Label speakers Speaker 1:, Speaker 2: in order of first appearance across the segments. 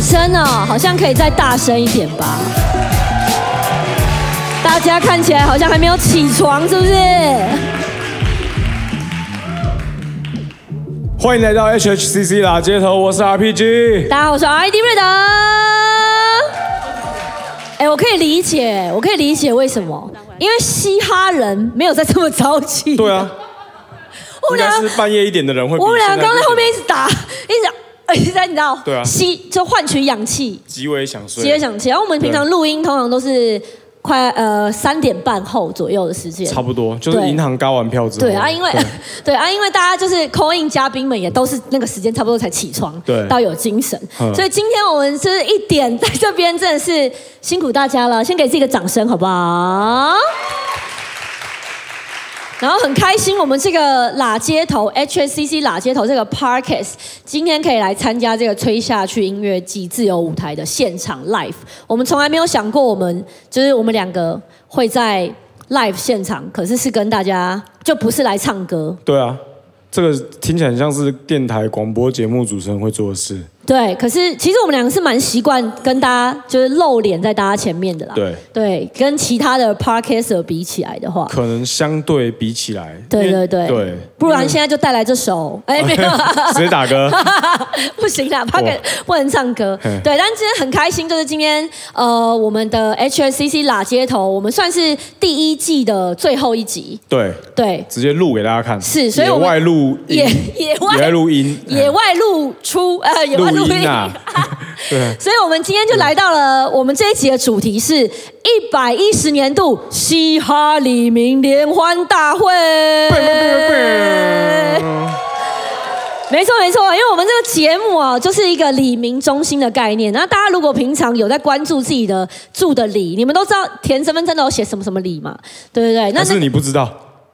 Speaker 1: 声哦，好像可以再大声一点吧。大家看起来好像还没有起床，是不是？
Speaker 2: 欢迎来到 HHCC 啦街头，我是 RPG。
Speaker 1: 大家好，我是 ID 瑞德。哎，我可以理解，我可以理解为什么，因为嘻哈人没有在这么早起。
Speaker 2: 对啊，
Speaker 1: 我
Speaker 2: 应
Speaker 1: 们
Speaker 2: 该
Speaker 1: 俩
Speaker 2: 是半夜一点的人会比
Speaker 1: 我们俩
Speaker 2: 现
Speaker 1: 刚在
Speaker 2: 更
Speaker 1: 后面一直打，一直打一直在你知道？
Speaker 2: 对啊
Speaker 1: 吸就换取氧气，
Speaker 2: 极为想睡，
Speaker 1: 直接想起。然后我们平常录音通常都是快呃三点半后左右的时间。
Speaker 2: 差不多就是
Speaker 1: 对
Speaker 2: 银行嘎完票之后。
Speaker 1: 对啊，因为 对啊，因为大家就是 call in 嘉宾们也都是那个时间差不多才起床，
Speaker 2: 对
Speaker 1: 到有精神。
Speaker 2: 嗯
Speaker 1: 所以今天我们就是一点在这边真的是辛苦大家了，先给自己一个掌声好不好？然后很开心，我们这个喇街头 HSCC 喇街头这个 Parkes 今天可以来参加这个吹下去音乐季自由舞台的现场 live。我们从来没有想过，我们就是我们两个会在 live 现场，可是是跟大家就不是来唱歌，
Speaker 2: 对啊，这个听起来很像是电台广播节目主持人会做的事。
Speaker 1: 对。可是其实我们两个是蛮习惯跟大家就是露脸在大家前面的啦。
Speaker 2: 对
Speaker 1: 对，啊跟其他的 Parkeser 比起来的话，
Speaker 2: 可能相对比起来，
Speaker 1: 对
Speaker 2: 因为
Speaker 1: 对对
Speaker 2: 对，
Speaker 1: 不然现在就带来这首，哎，没有。
Speaker 2: 直接打歌。
Speaker 1: 不行啦，怕给
Speaker 2: 哇
Speaker 1: 不能唱歌。
Speaker 2: 嘿
Speaker 1: 对，但今天很开心，就是今天呃，我们的 HSCC 喇街头，我们算是第一季的最后一集。
Speaker 2: 对，
Speaker 1: 对，
Speaker 2: 直接录给大家看。
Speaker 1: 是所以
Speaker 2: 野
Speaker 1: 我们
Speaker 2: 外录音
Speaker 1: 野野外
Speaker 2: 野外录音，
Speaker 1: 野外露出呃， 野外
Speaker 2: 录
Speaker 1: 录
Speaker 2: 音
Speaker 1: 音。
Speaker 2: 啊对，
Speaker 1: 所以我们今天就来到了我们这一集的主题是一百一十年度嘻哈黎明联欢大会。没错没错，因为我们这个节目啊，就是一个里民中心的概念。那大家如果平常有在关注自己的住的里，你们都知道填身份证都有写什么什么里嘛，对对对。那
Speaker 2: 但
Speaker 1: 那
Speaker 2: 是你不知道，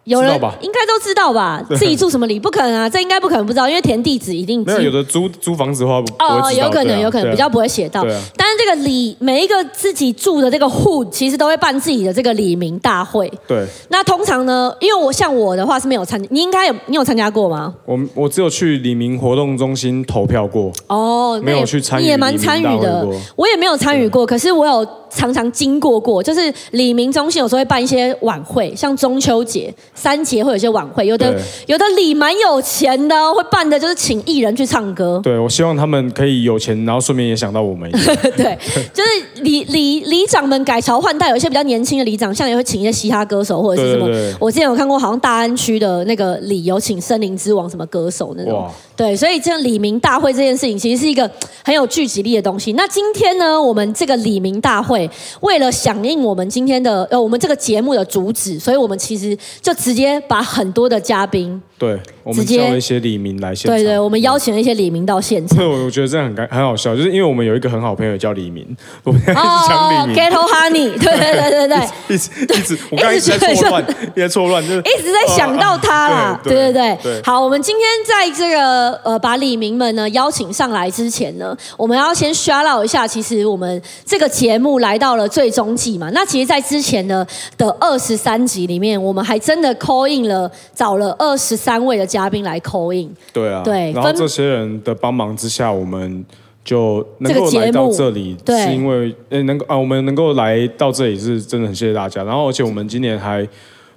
Speaker 1: 有人
Speaker 2: 知道吧
Speaker 1: 应该都知道吧？自己住什么里不可能啊，这应该不可能不知道，因为填地址一定
Speaker 2: 没有
Speaker 1: 记
Speaker 2: 有的租租房子的话不不会知道
Speaker 1: 哦有可
Speaker 2: 对啊
Speaker 1: 能，有可能
Speaker 2: 对啊
Speaker 1: 比较不会写到
Speaker 2: 对啊。
Speaker 1: 但是这个里每一个自己住的这个 hood，其实都会办自己的这个里民大会。
Speaker 2: 对。
Speaker 1: 那通常呢，因为我像我的话是没有参，你应该有你有参加过吗？
Speaker 2: 我我只有去李明活动中心投票过，
Speaker 1: 哦，那
Speaker 2: 没有
Speaker 1: 也
Speaker 2: 去参与
Speaker 1: 你也蛮
Speaker 2: 黎明
Speaker 1: 参
Speaker 2: 大
Speaker 1: 与
Speaker 2: 会
Speaker 1: 的
Speaker 2: 过，
Speaker 1: 我也没有参与过，可是我有常常经过过，就是李明中心有时候会办一些晚会，像中秋节、三节会有一些晚会，有的
Speaker 2: 对
Speaker 1: 有的李蛮有钱的哦，会办的就是请艺人去唱歌，
Speaker 2: 对我希望他们可以有钱，然后顺便也想到 我们一样。
Speaker 1: 对，就是里里里长们改朝换代，有一些比较年轻的里长，像也会请一些嘻哈歌手或者是什么。
Speaker 2: 对对对
Speaker 1: 我之前有看过，好像大安区的那个里有请森林之王什么歌手那种
Speaker 2: 哇。
Speaker 1: 对，所以这样李明大会这件事情，其实是一个很有聚集力的东西。那今天呢，我们这个李明大会，为了响应我们今天的呃我们这个节目的主旨，所以我们其实就直接把很多的嘉宾，
Speaker 2: 对，我们
Speaker 1: 直接
Speaker 2: 叫了一些李明来现场。
Speaker 1: 对对，我们邀请了一些李明到现场。
Speaker 2: 对，我我觉得这样很尴很好笑，就是因为我们有一个很好朋友叫李明， 我们在讲李明，
Speaker 1: 哦，Ghetto Honey，对对对对 对。
Speaker 2: 一直一直，我刚才一直 在错乱，一直在错乱，就是
Speaker 1: 一直在想到他啦，
Speaker 2: 呃
Speaker 1: 哦对对
Speaker 2: 对
Speaker 1: 对。好，我们今天在这个呃把李明们呢邀请上来之前呢，我们要先 shout out 一下，其实我们这个节目来到了最终季嘛。那其实，在之前呢的二十三集里面，我们还真的 call in 了，找了二十三位的嘉宾来 call in。
Speaker 2: 对啊，
Speaker 1: 对
Speaker 2: 然后
Speaker 1: 分
Speaker 2: 这些人的帮忙之下，我们就能够
Speaker 1: 这个节
Speaker 2: 来到
Speaker 1: 目
Speaker 2: 这里，
Speaker 1: 对
Speaker 2: 是因为呃能够啊，我们能够来到这里是真的很谢谢大家。然后而且我们今年还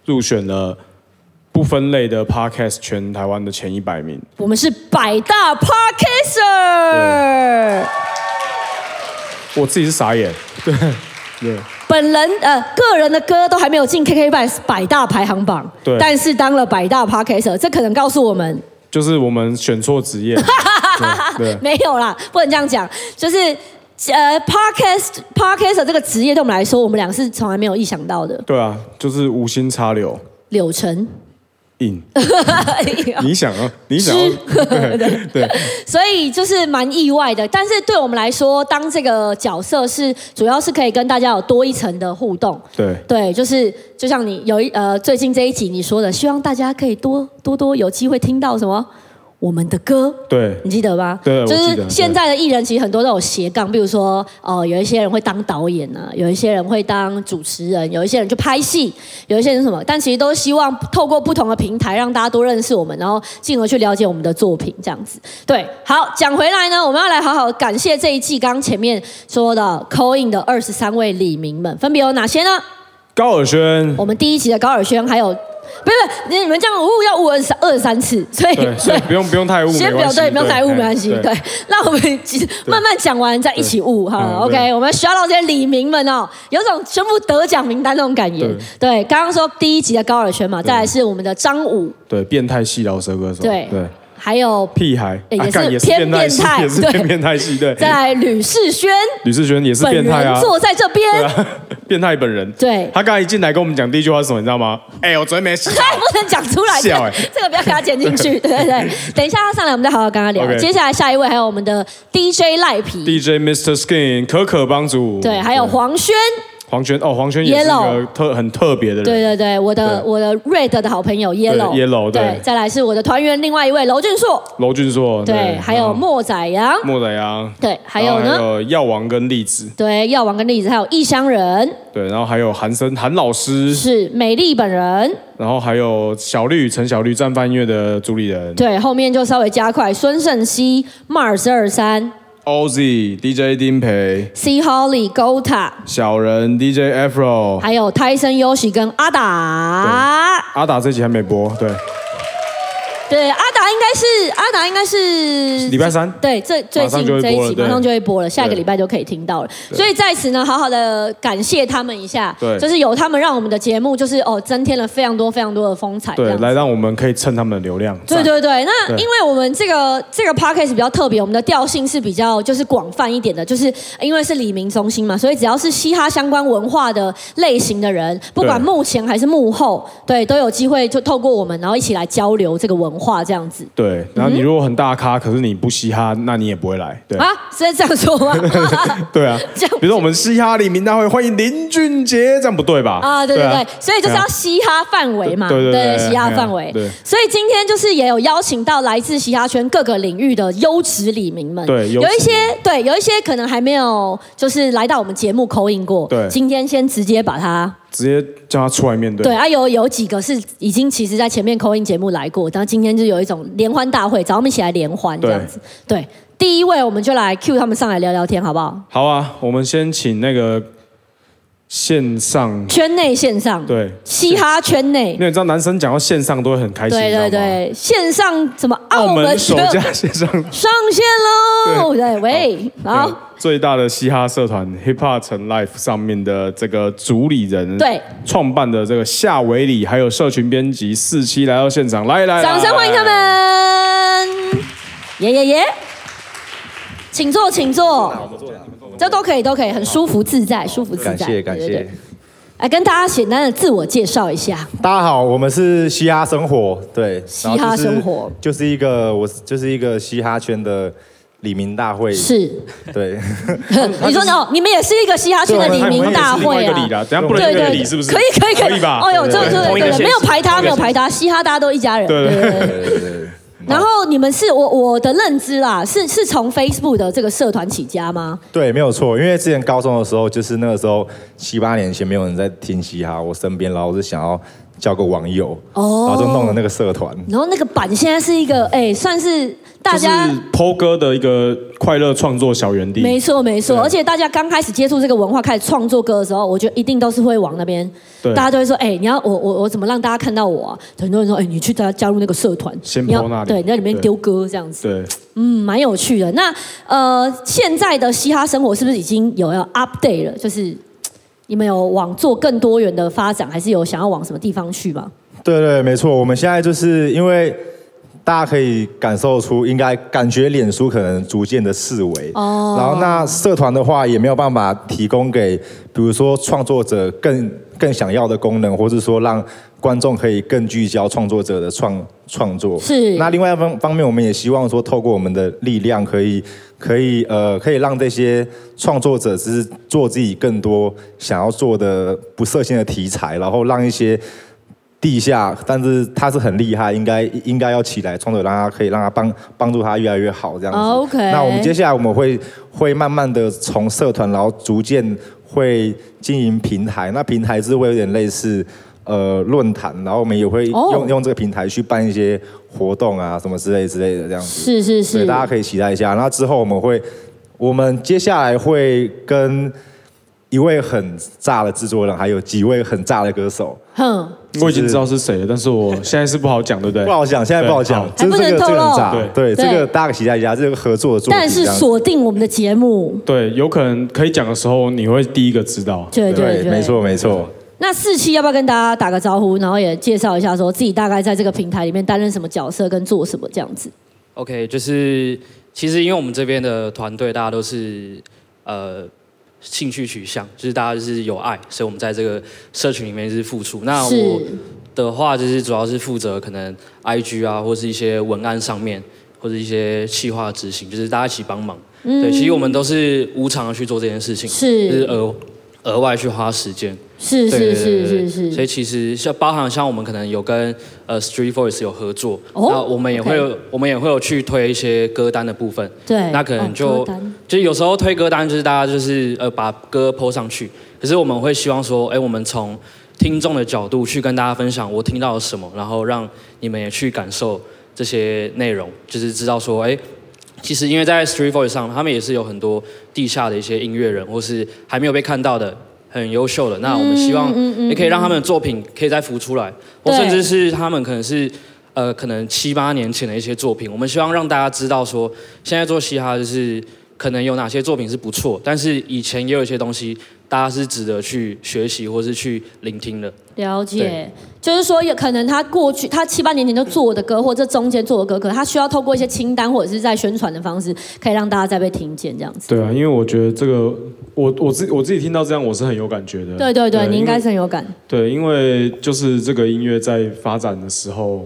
Speaker 2: 入选了不分类的 Podcast 全台湾的前一百名，
Speaker 1: 我们是百大 parker。
Speaker 2: 我自己是傻眼，对 对
Speaker 1: 本人呃个人的歌都还没有进 KK 百百大排行榜，
Speaker 2: 对
Speaker 1: 但是当了百大 parker，这可能告诉我们
Speaker 2: 就是我们选错职 业，对对
Speaker 1: 没有啦，不能这样讲，就是呃，podcast podcast 这个职业对我们来说，我们俩是从来没有意想到的
Speaker 2: 对啊，就是无心插柳。
Speaker 1: 柳橙。
Speaker 2: 硬，
Speaker 1: 哦
Speaker 2: 你想啊，你想要， 对对，
Speaker 1: 所以就是蛮意外的，但是对我们来说，当这个角色是主要是可以跟大家有多一层的互动。
Speaker 2: 对
Speaker 1: 对，就是就像你有一呃，最近这一集你说的，希望大家可以多多多有机会听到什么我们的歌。
Speaker 2: 对
Speaker 1: 你记得吧？
Speaker 2: 对我
Speaker 1: 就
Speaker 2: 记得
Speaker 1: 是现在的艺人其实很多都有斜杠，比如说哦、呃有一些人会当导演啊，有一些人会当主持人，有一些人去拍戏，有一些人什么，但其实都希望透过不同的平台让大家多认识我们，然后哦进而去了解我们的作品，这样子。对，好，讲回来呢，我们要来好好感谢这一季刚刚前面说的 Coin 的二十三位李明们，分别有哪些呢？
Speaker 2: 高尔宣
Speaker 1: 我们第一集的高尔宣，还有不是不是，你们这样误要误二三二十三次，所以
Speaker 2: 对，所以不用不用太误，
Speaker 1: 哎先
Speaker 2: 没
Speaker 1: 不要
Speaker 2: 关系
Speaker 1: 对，不用太误，没关系。
Speaker 2: 哎
Speaker 1: 对，那我们几慢慢讲完再一起悟哈。
Speaker 2: 嗯
Speaker 1: OK，
Speaker 2: 对
Speaker 1: 我们需要到这些李明们哦，有种宣布得奖名单那种感言。对，刚刚说第一集的高尔宣嘛，再来是我们的张武，
Speaker 2: 对，变态系饶舌歌手，
Speaker 1: 对
Speaker 2: 对，
Speaker 1: 还有
Speaker 2: 屁孩，
Speaker 1: 也
Speaker 2: 啊
Speaker 1: 是
Speaker 2: 干
Speaker 1: 偏
Speaker 2: 系
Speaker 1: 变态
Speaker 2: 也是
Speaker 1: 对
Speaker 2: 偏变态系， 对，
Speaker 1: 再来吕世轩，
Speaker 2: 吕世轩也是
Speaker 1: 本
Speaker 2: 变态啊
Speaker 1: 人，坐在这边。
Speaker 2: 对啊，变态本人，
Speaker 1: 对
Speaker 2: 他刚才一进来跟我们讲第一句话是什么，你知道 吗？哎，我昨天没洗澡，
Speaker 1: 太不能讲出来，这
Speaker 2: 笑
Speaker 1: 个
Speaker 2: 欸
Speaker 1: 这个不要给他剪进 去。对对对，等一下他上来，我们再好好跟他聊。
Speaker 2: OK
Speaker 1: 接下来下一位还有我们的 DJ 赖皮，
Speaker 2: DJ Mr. Skin 可可帮主，
Speaker 1: 对，还有黄轩，
Speaker 2: 黄轩哦，黄轩也是一
Speaker 1: Yellow
Speaker 2: 个特很特别的人，
Speaker 1: 对对对，我的
Speaker 2: 对
Speaker 1: 我的 Red 的好朋友 Yellow
Speaker 2: Yellow，对哦哦
Speaker 1: 再来是我的团员另外一位娄俊硕，
Speaker 2: 娄俊硕，
Speaker 1: 对，还有
Speaker 2: 然后
Speaker 1: 莫宰阳，
Speaker 2: 莫仔阳，
Speaker 1: 对，还有
Speaker 2: 然后哦
Speaker 1: 呢，
Speaker 2: 还有药王跟栗子，
Speaker 1: 对，药王跟栗子，还有异乡人，
Speaker 2: 对，然后还有韩森韩老师，
Speaker 1: 是美丽本人，
Speaker 2: 然后还有小绿陈小绿战犯音乐的主理人
Speaker 1: 对，后面就稍微加快，孙胜熙、Mars 二三、
Speaker 2: ，OZ DJ 丁培，
Speaker 1: C Holly、Gota，
Speaker 2: 小人 DJ Afro，
Speaker 1: 还有 Tyson Yoshi 跟阿达。
Speaker 2: 阿达这集还没播，对，
Speaker 1: 对，阿达应该是阿达应该是
Speaker 2: 礼拜三
Speaker 1: 对，这最
Speaker 2: 马上
Speaker 1: 近
Speaker 2: 就会
Speaker 1: 这一
Speaker 2: 播了
Speaker 1: 集
Speaker 2: 对
Speaker 1: 马上就会播了，下一个
Speaker 2: 对
Speaker 1: 礼拜就可以听到了。所以在此呢，好好的感谢他们一下，
Speaker 2: 对
Speaker 1: 就是有他们让我们的节目就是哦增添了非常多非常多的风采，这
Speaker 2: 对，
Speaker 1: 样子
Speaker 2: 来让我们可以蹭他们的流量，
Speaker 1: 对
Speaker 2: 赞，
Speaker 1: 对对，那
Speaker 2: 对
Speaker 1: 因为我们这个这个 podcast 比较特别，我们的调性是比较就是广泛一点的，就是因为是李明中心嘛，所以只要是嘻哈相关文化的类型的人，不管幕前还是幕后，对，都有机会就透过我们，然后一起来交流这个文化这样子。
Speaker 2: 对，然后你如果很大咖，可是你不嘻哈，那你也不会来，对，
Speaker 1: 啊，是在这样说吗？
Speaker 2: 对啊，
Speaker 1: 这样
Speaker 2: 比如说我们嘻哈黎明大会欢迎林俊杰，这样不对吧？
Speaker 1: 啊，对对对，所以就是
Speaker 2: 对啊
Speaker 1: 要嘻哈范围嘛，
Speaker 2: 对对对对
Speaker 1: 嘻哈
Speaker 2: 对
Speaker 1: 范围
Speaker 2: 对。
Speaker 1: 所以今天就是也有邀请到来自嘻哈圈各个领域的优质李明们，
Speaker 2: 对
Speaker 1: 有
Speaker 2: 优质
Speaker 1: 一些对，有一些可能还没有就是来到我们节目口音过，
Speaker 2: 对
Speaker 1: 今天先直接把他
Speaker 2: 直接叫他出来面对。
Speaker 1: 对啊，有有几个是已经其实在前面口音节目来过，但今天就有一种联欢大会，找他们一起来联欢这
Speaker 2: 对
Speaker 1: 样子，对。第一位，我们就来 Q 他们上来聊聊天，好不好？
Speaker 2: 好啊，我们先请那个线上
Speaker 1: 圈内线上，
Speaker 2: 对，
Speaker 1: 嘻哈圈内
Speaker 2: 因，为你知道男生讲到线上都会很开心，
Speaker 1: 对对
Speaker 2: 你知道吗，
Speaker 1: 对，线上什么
Speaker 2: 澳
Speaker 1: 澳门
Speaker 2: 门首
Speaker 1: 圈
Speaker 2: 家线上
Speaker 1: 上线喽！对，喂，好，
Speaker 2: 对最大的嘻哈社团 Hip Hop 城 Life 上面的这个主理人
Speaker 1: 对
Speaker 2: 创办的这个夏维里，还有社群编辑四期来到现场，来来，来
Speaker 1: 掌声欢迎他。们！耶耶耶，请坐，请坐，这都可以，都可以，很舒服自在，舒服自在。
Speaker 3: 感谢
Speaker 1: 对
Speaker 3: 感。
Speaker 1: 对
Speaker 3: 谢
Speaker 1: 对，来跟大家简单的自我介绍一下。
Speaker 3: 大家好，我们是嘻哈生活，对，嘻
Speaker 1: 哈生活
Speaker 3: 就是一个我就是一个嘻哈圈的李明大会，
Speaker 1: 是，
Speaker 3: 对，
Speaker 1: 你说哦，你们也是一个嘻哈圈的
Speaker 3: 对
Speaker 1: 黎
Speaker 3: 我们
Speaker 1: 明大
Speaker 2: 我们
Speaker 1: 会
Speaker 2: 也是另外一个
Speaker 1: 啊
Speaker 2: 里。啦，等一下不能
Speaker 1: 对
Speaker 2: 一个
Speaker 1: 对，
Speaker 2: 里是不是？
Speaker 1: 可以可以
Speaker 2: 可以吧？
Speaker 1: 哦呦，这
Speaker 2: 对对
Speaker 1: 这这
Speaker 2: 同一个
Speaker 1: 对，
Speaker 2: 县
Speaker 1: 没有
Speaker 2: 市
Speaker 1: 排他，
Speaker 2: 同一
Speaker 1: 没
Speaker 2: 个
Speaker 1: 有排他，嘻哈大家都一家人。
Speaker 2: 对对
Speaker 1: 对对。
Speaker 2: 嗯
Speaker 1: 然后你们是我我的认知啦，是是从 Facebook 的这个社团起家吗？
Speaker 3: 对，没有错，因为之前高中的时候，就是那个时候七八年前没有人在听嘻哈，我身边，然后我是想要交个网友，
Speaker 1: 哦
Speaker 3: 然后就弄了那个社团，
Speaker 1: 然后那个版现在是一个哎，算是大家、
Speaker 2: 就是剖哥的一个快乐创作小园地，
Speaker 1: 没错没错，而且大家刚开始接触这个文化，开始创作歌的时候，我觉得一定都是会往那边，
Speaker 2: 对
Speaker 1: 大家都会说，哎、你要我我我怎么让大家看到我、啊？很多人说，哎、你去加加入那个社团，
Speaker 2: 先
Speaker 1: 你要
Speaker 2: po 那里
Speaker 1: 对，你在里面
Speaker 2: 对
Speaker 1: 丢歌这样子，
Speaker 2: 对，
Speaker 1: 嗯，蛮有趣的。那呃，现在的嘻哈生活是不是已经有要 update 了？就是你们有往做更多元的发展，还是有想要往什么地方去吗？
Speaker 3: 对对，没错，我们现在就是因为。大家可以感受出，应该感觉脸书可能逐渐的式微
Speaker 1: 哦
Speaker 3: 哦。然后那社团的话，也没有办法提供给，比如说创作者更更想要的功能，或是说让观众可以更聚焦创作者的创创作。
Speaker 1: 是
Speaker 3: 那另外一方方面，我们也希望说，透过我们的力量可，以可以呃，可以让这些创作者只是做自己更多想要做的不设限的题材，然后让一些。地下，但是他是很厉害，应该应该要起来，创作者让他可以让他帮帮助他越来越好这样子。
Speaker 1: 哦 OK
Speaker 3: 那我们接下来我们会会慢慢的从社团，然后逐渐会经营平台。那平台是会有点类似呃论坛，然后我们也会用、
Speaker 1: 哦
Speaker 3: 用这个平台去办一些活动啊什么之类之类的这样子。
Speaker 1: 是是
Speaker 3: 所以
Speaker 1: 是，
Speaker 3: 大家可以期待一下。那之后我们会，我们接下来会跟一位很炸的制作人，还有几位很炸的歌手，
Speaker 1: 哼，
Speaker 2: 我已经知道是谁了，但是我现在是不好讲，对不对？
Speaker 3: 不好讲，现在不好讲
Speaker 2: 对，
Speaker 1: 还
Speaker 3: 这
Speaker 1: 不
Speaker 3: 这
Speaker 1: 能
Speaker 3: 个这
Speaker 1: 透
Speaker 3: 个
Speaker 1: 露
Speaker 3: 很炸，
Speaker 1: 对
Speaker 3: 对这个啊大家期待一下，这个合作的作品。
Speaker 1: 但是
Speaker 3: 这样
Speaker 1: 锁定我们的节目，
Speaker 2: 对，有可能可以讲的时候，你会第一个知道。
Speaker 1: 对对
Speaker 3: 对，
Speaker 1: 对，
Speaker 3: 没。错没错。
Speaker 1: 那四期要不要跟大家打个招呼，然后也介绍一下，说自己大概在这个平台里面担任什么角色跟做什么这样子？
Speaker 4: OK，就是其实因为我们这边的团队大家都是呃兴趣取向，就是大家就是有爱，所以我们在这个社群里面是付出。那我
Speaker 1: 是
Speaker 4: 的话就是主要是负责可能 IG 啊，或是一些文案上面，或者一些企划执行，就是大家一起帮忙。对，其实我们都是无偿的去做这件事情，就是
Speaker 1: 嗯是
Speaker 4: 额额外去花时间。
Speaker 1: 是
Speaker 4: 对对
Speaker 1: 是
Speaker 4: 对对
Speaker 1: 是
Speaker 4: 对
Speaker 1: 是
Speaker 4: 所
Speaker 1: 是，
Speaker 4: 以其实像包含像我们可能有跟呃 Street Voice 有合作，
Speaker 1: 哦
Speaker 4: 那我们也
Speaker 1: OK
Speaker 4: 会有我们也会有去推一些歌单的部分。
Speaker 1: 对，
Speaker 4: 那可能
Speaker 1: 哦
Speaker 4: 就
Speaker 1: 歌单
Speaker 4: 就是有时候推歌单，就是大家就是呃把歌 PO 上去，可是我们会希望说，哎，我们从听众的角度去跟大家分享我听到了什么，然后让你们也去感受这些内容，就是知道说，哎，其实因为在 Street Voice 上，他们也是有很多地下的一些音乐人，或是还没有被看到的。很优秀的，那我们希望也可以让他们的作品可以再浮出来，或
Speaker 1: 对
Speaker 4: 甚至是他们可能是呃，可能七八年前的一些作品，我们希望让大家知道说，现在做嘻哈就是可能有哪些作品是不错，但是以前也有一些东西，大家是值得去学习或是去聆听的。
Speaker 1: 了解，就是说，有可能他过去他七八年前就做的歌，或者中间做的歌，可能他需要透过一些清单或者是在宣传的方式，可以让大家再被听见这样子。
Speaker 2: 对啊，因为我觉得这个，我我自我自己听到这样，我是很有感觉的。
Speaker 1: 对对对，你
Speaker 2: 因
Speaker 1: 应
Speaker 2: 为
Speaker 1: 该是很有感。
Speaker 2: 对，因为就是这个音乐在发展的时候，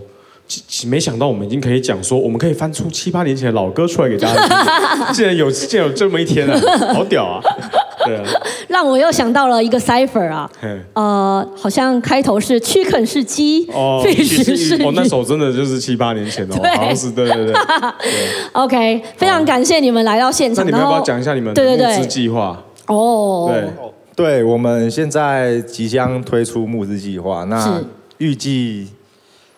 Speaker 2: 其其没想到我们已经可以讲说，我们可以翻出七八年前的老歌出来给大家 听，竟然有竟然有这么一天啊，好屌啊！对啊，
Speaker 1: 让我又想到了一个 cipher 啊，
Speaker 2: 嘿
Speaker 1: 呃，好像开头是 chicken 是鸡
Speaker 2: 哦，
Speaker 1: ，fish
Speaker 2: 其实
Speaker 1: 是
Speaker 2: 哦，那
Speaker 1: 鱼
Speaker 2: 首真的就是七八年前哦，
Speaker 1: 对
Speaker 2: 好像是对对对。
Speaker 1: OK，非常感谢你们来到现
Speaker 2: 哦那
Speaker 1: 场。
Speaker 2: 你们
Speaker 1: 然
Speaker 2: 要
Speaker 1: 后
Speaker 2: 不要讲一下你们的
Speaker 1: 对对
Speaker 2: 募
Speaker 1: 对
Speaker 2: 资计划？
Speaker 1: 哦，
Speaker 2: 对，
Speaker 3: 对，我们现在即将推出募资计划，那
Speaker 1: 是，
Speaker 3: 预计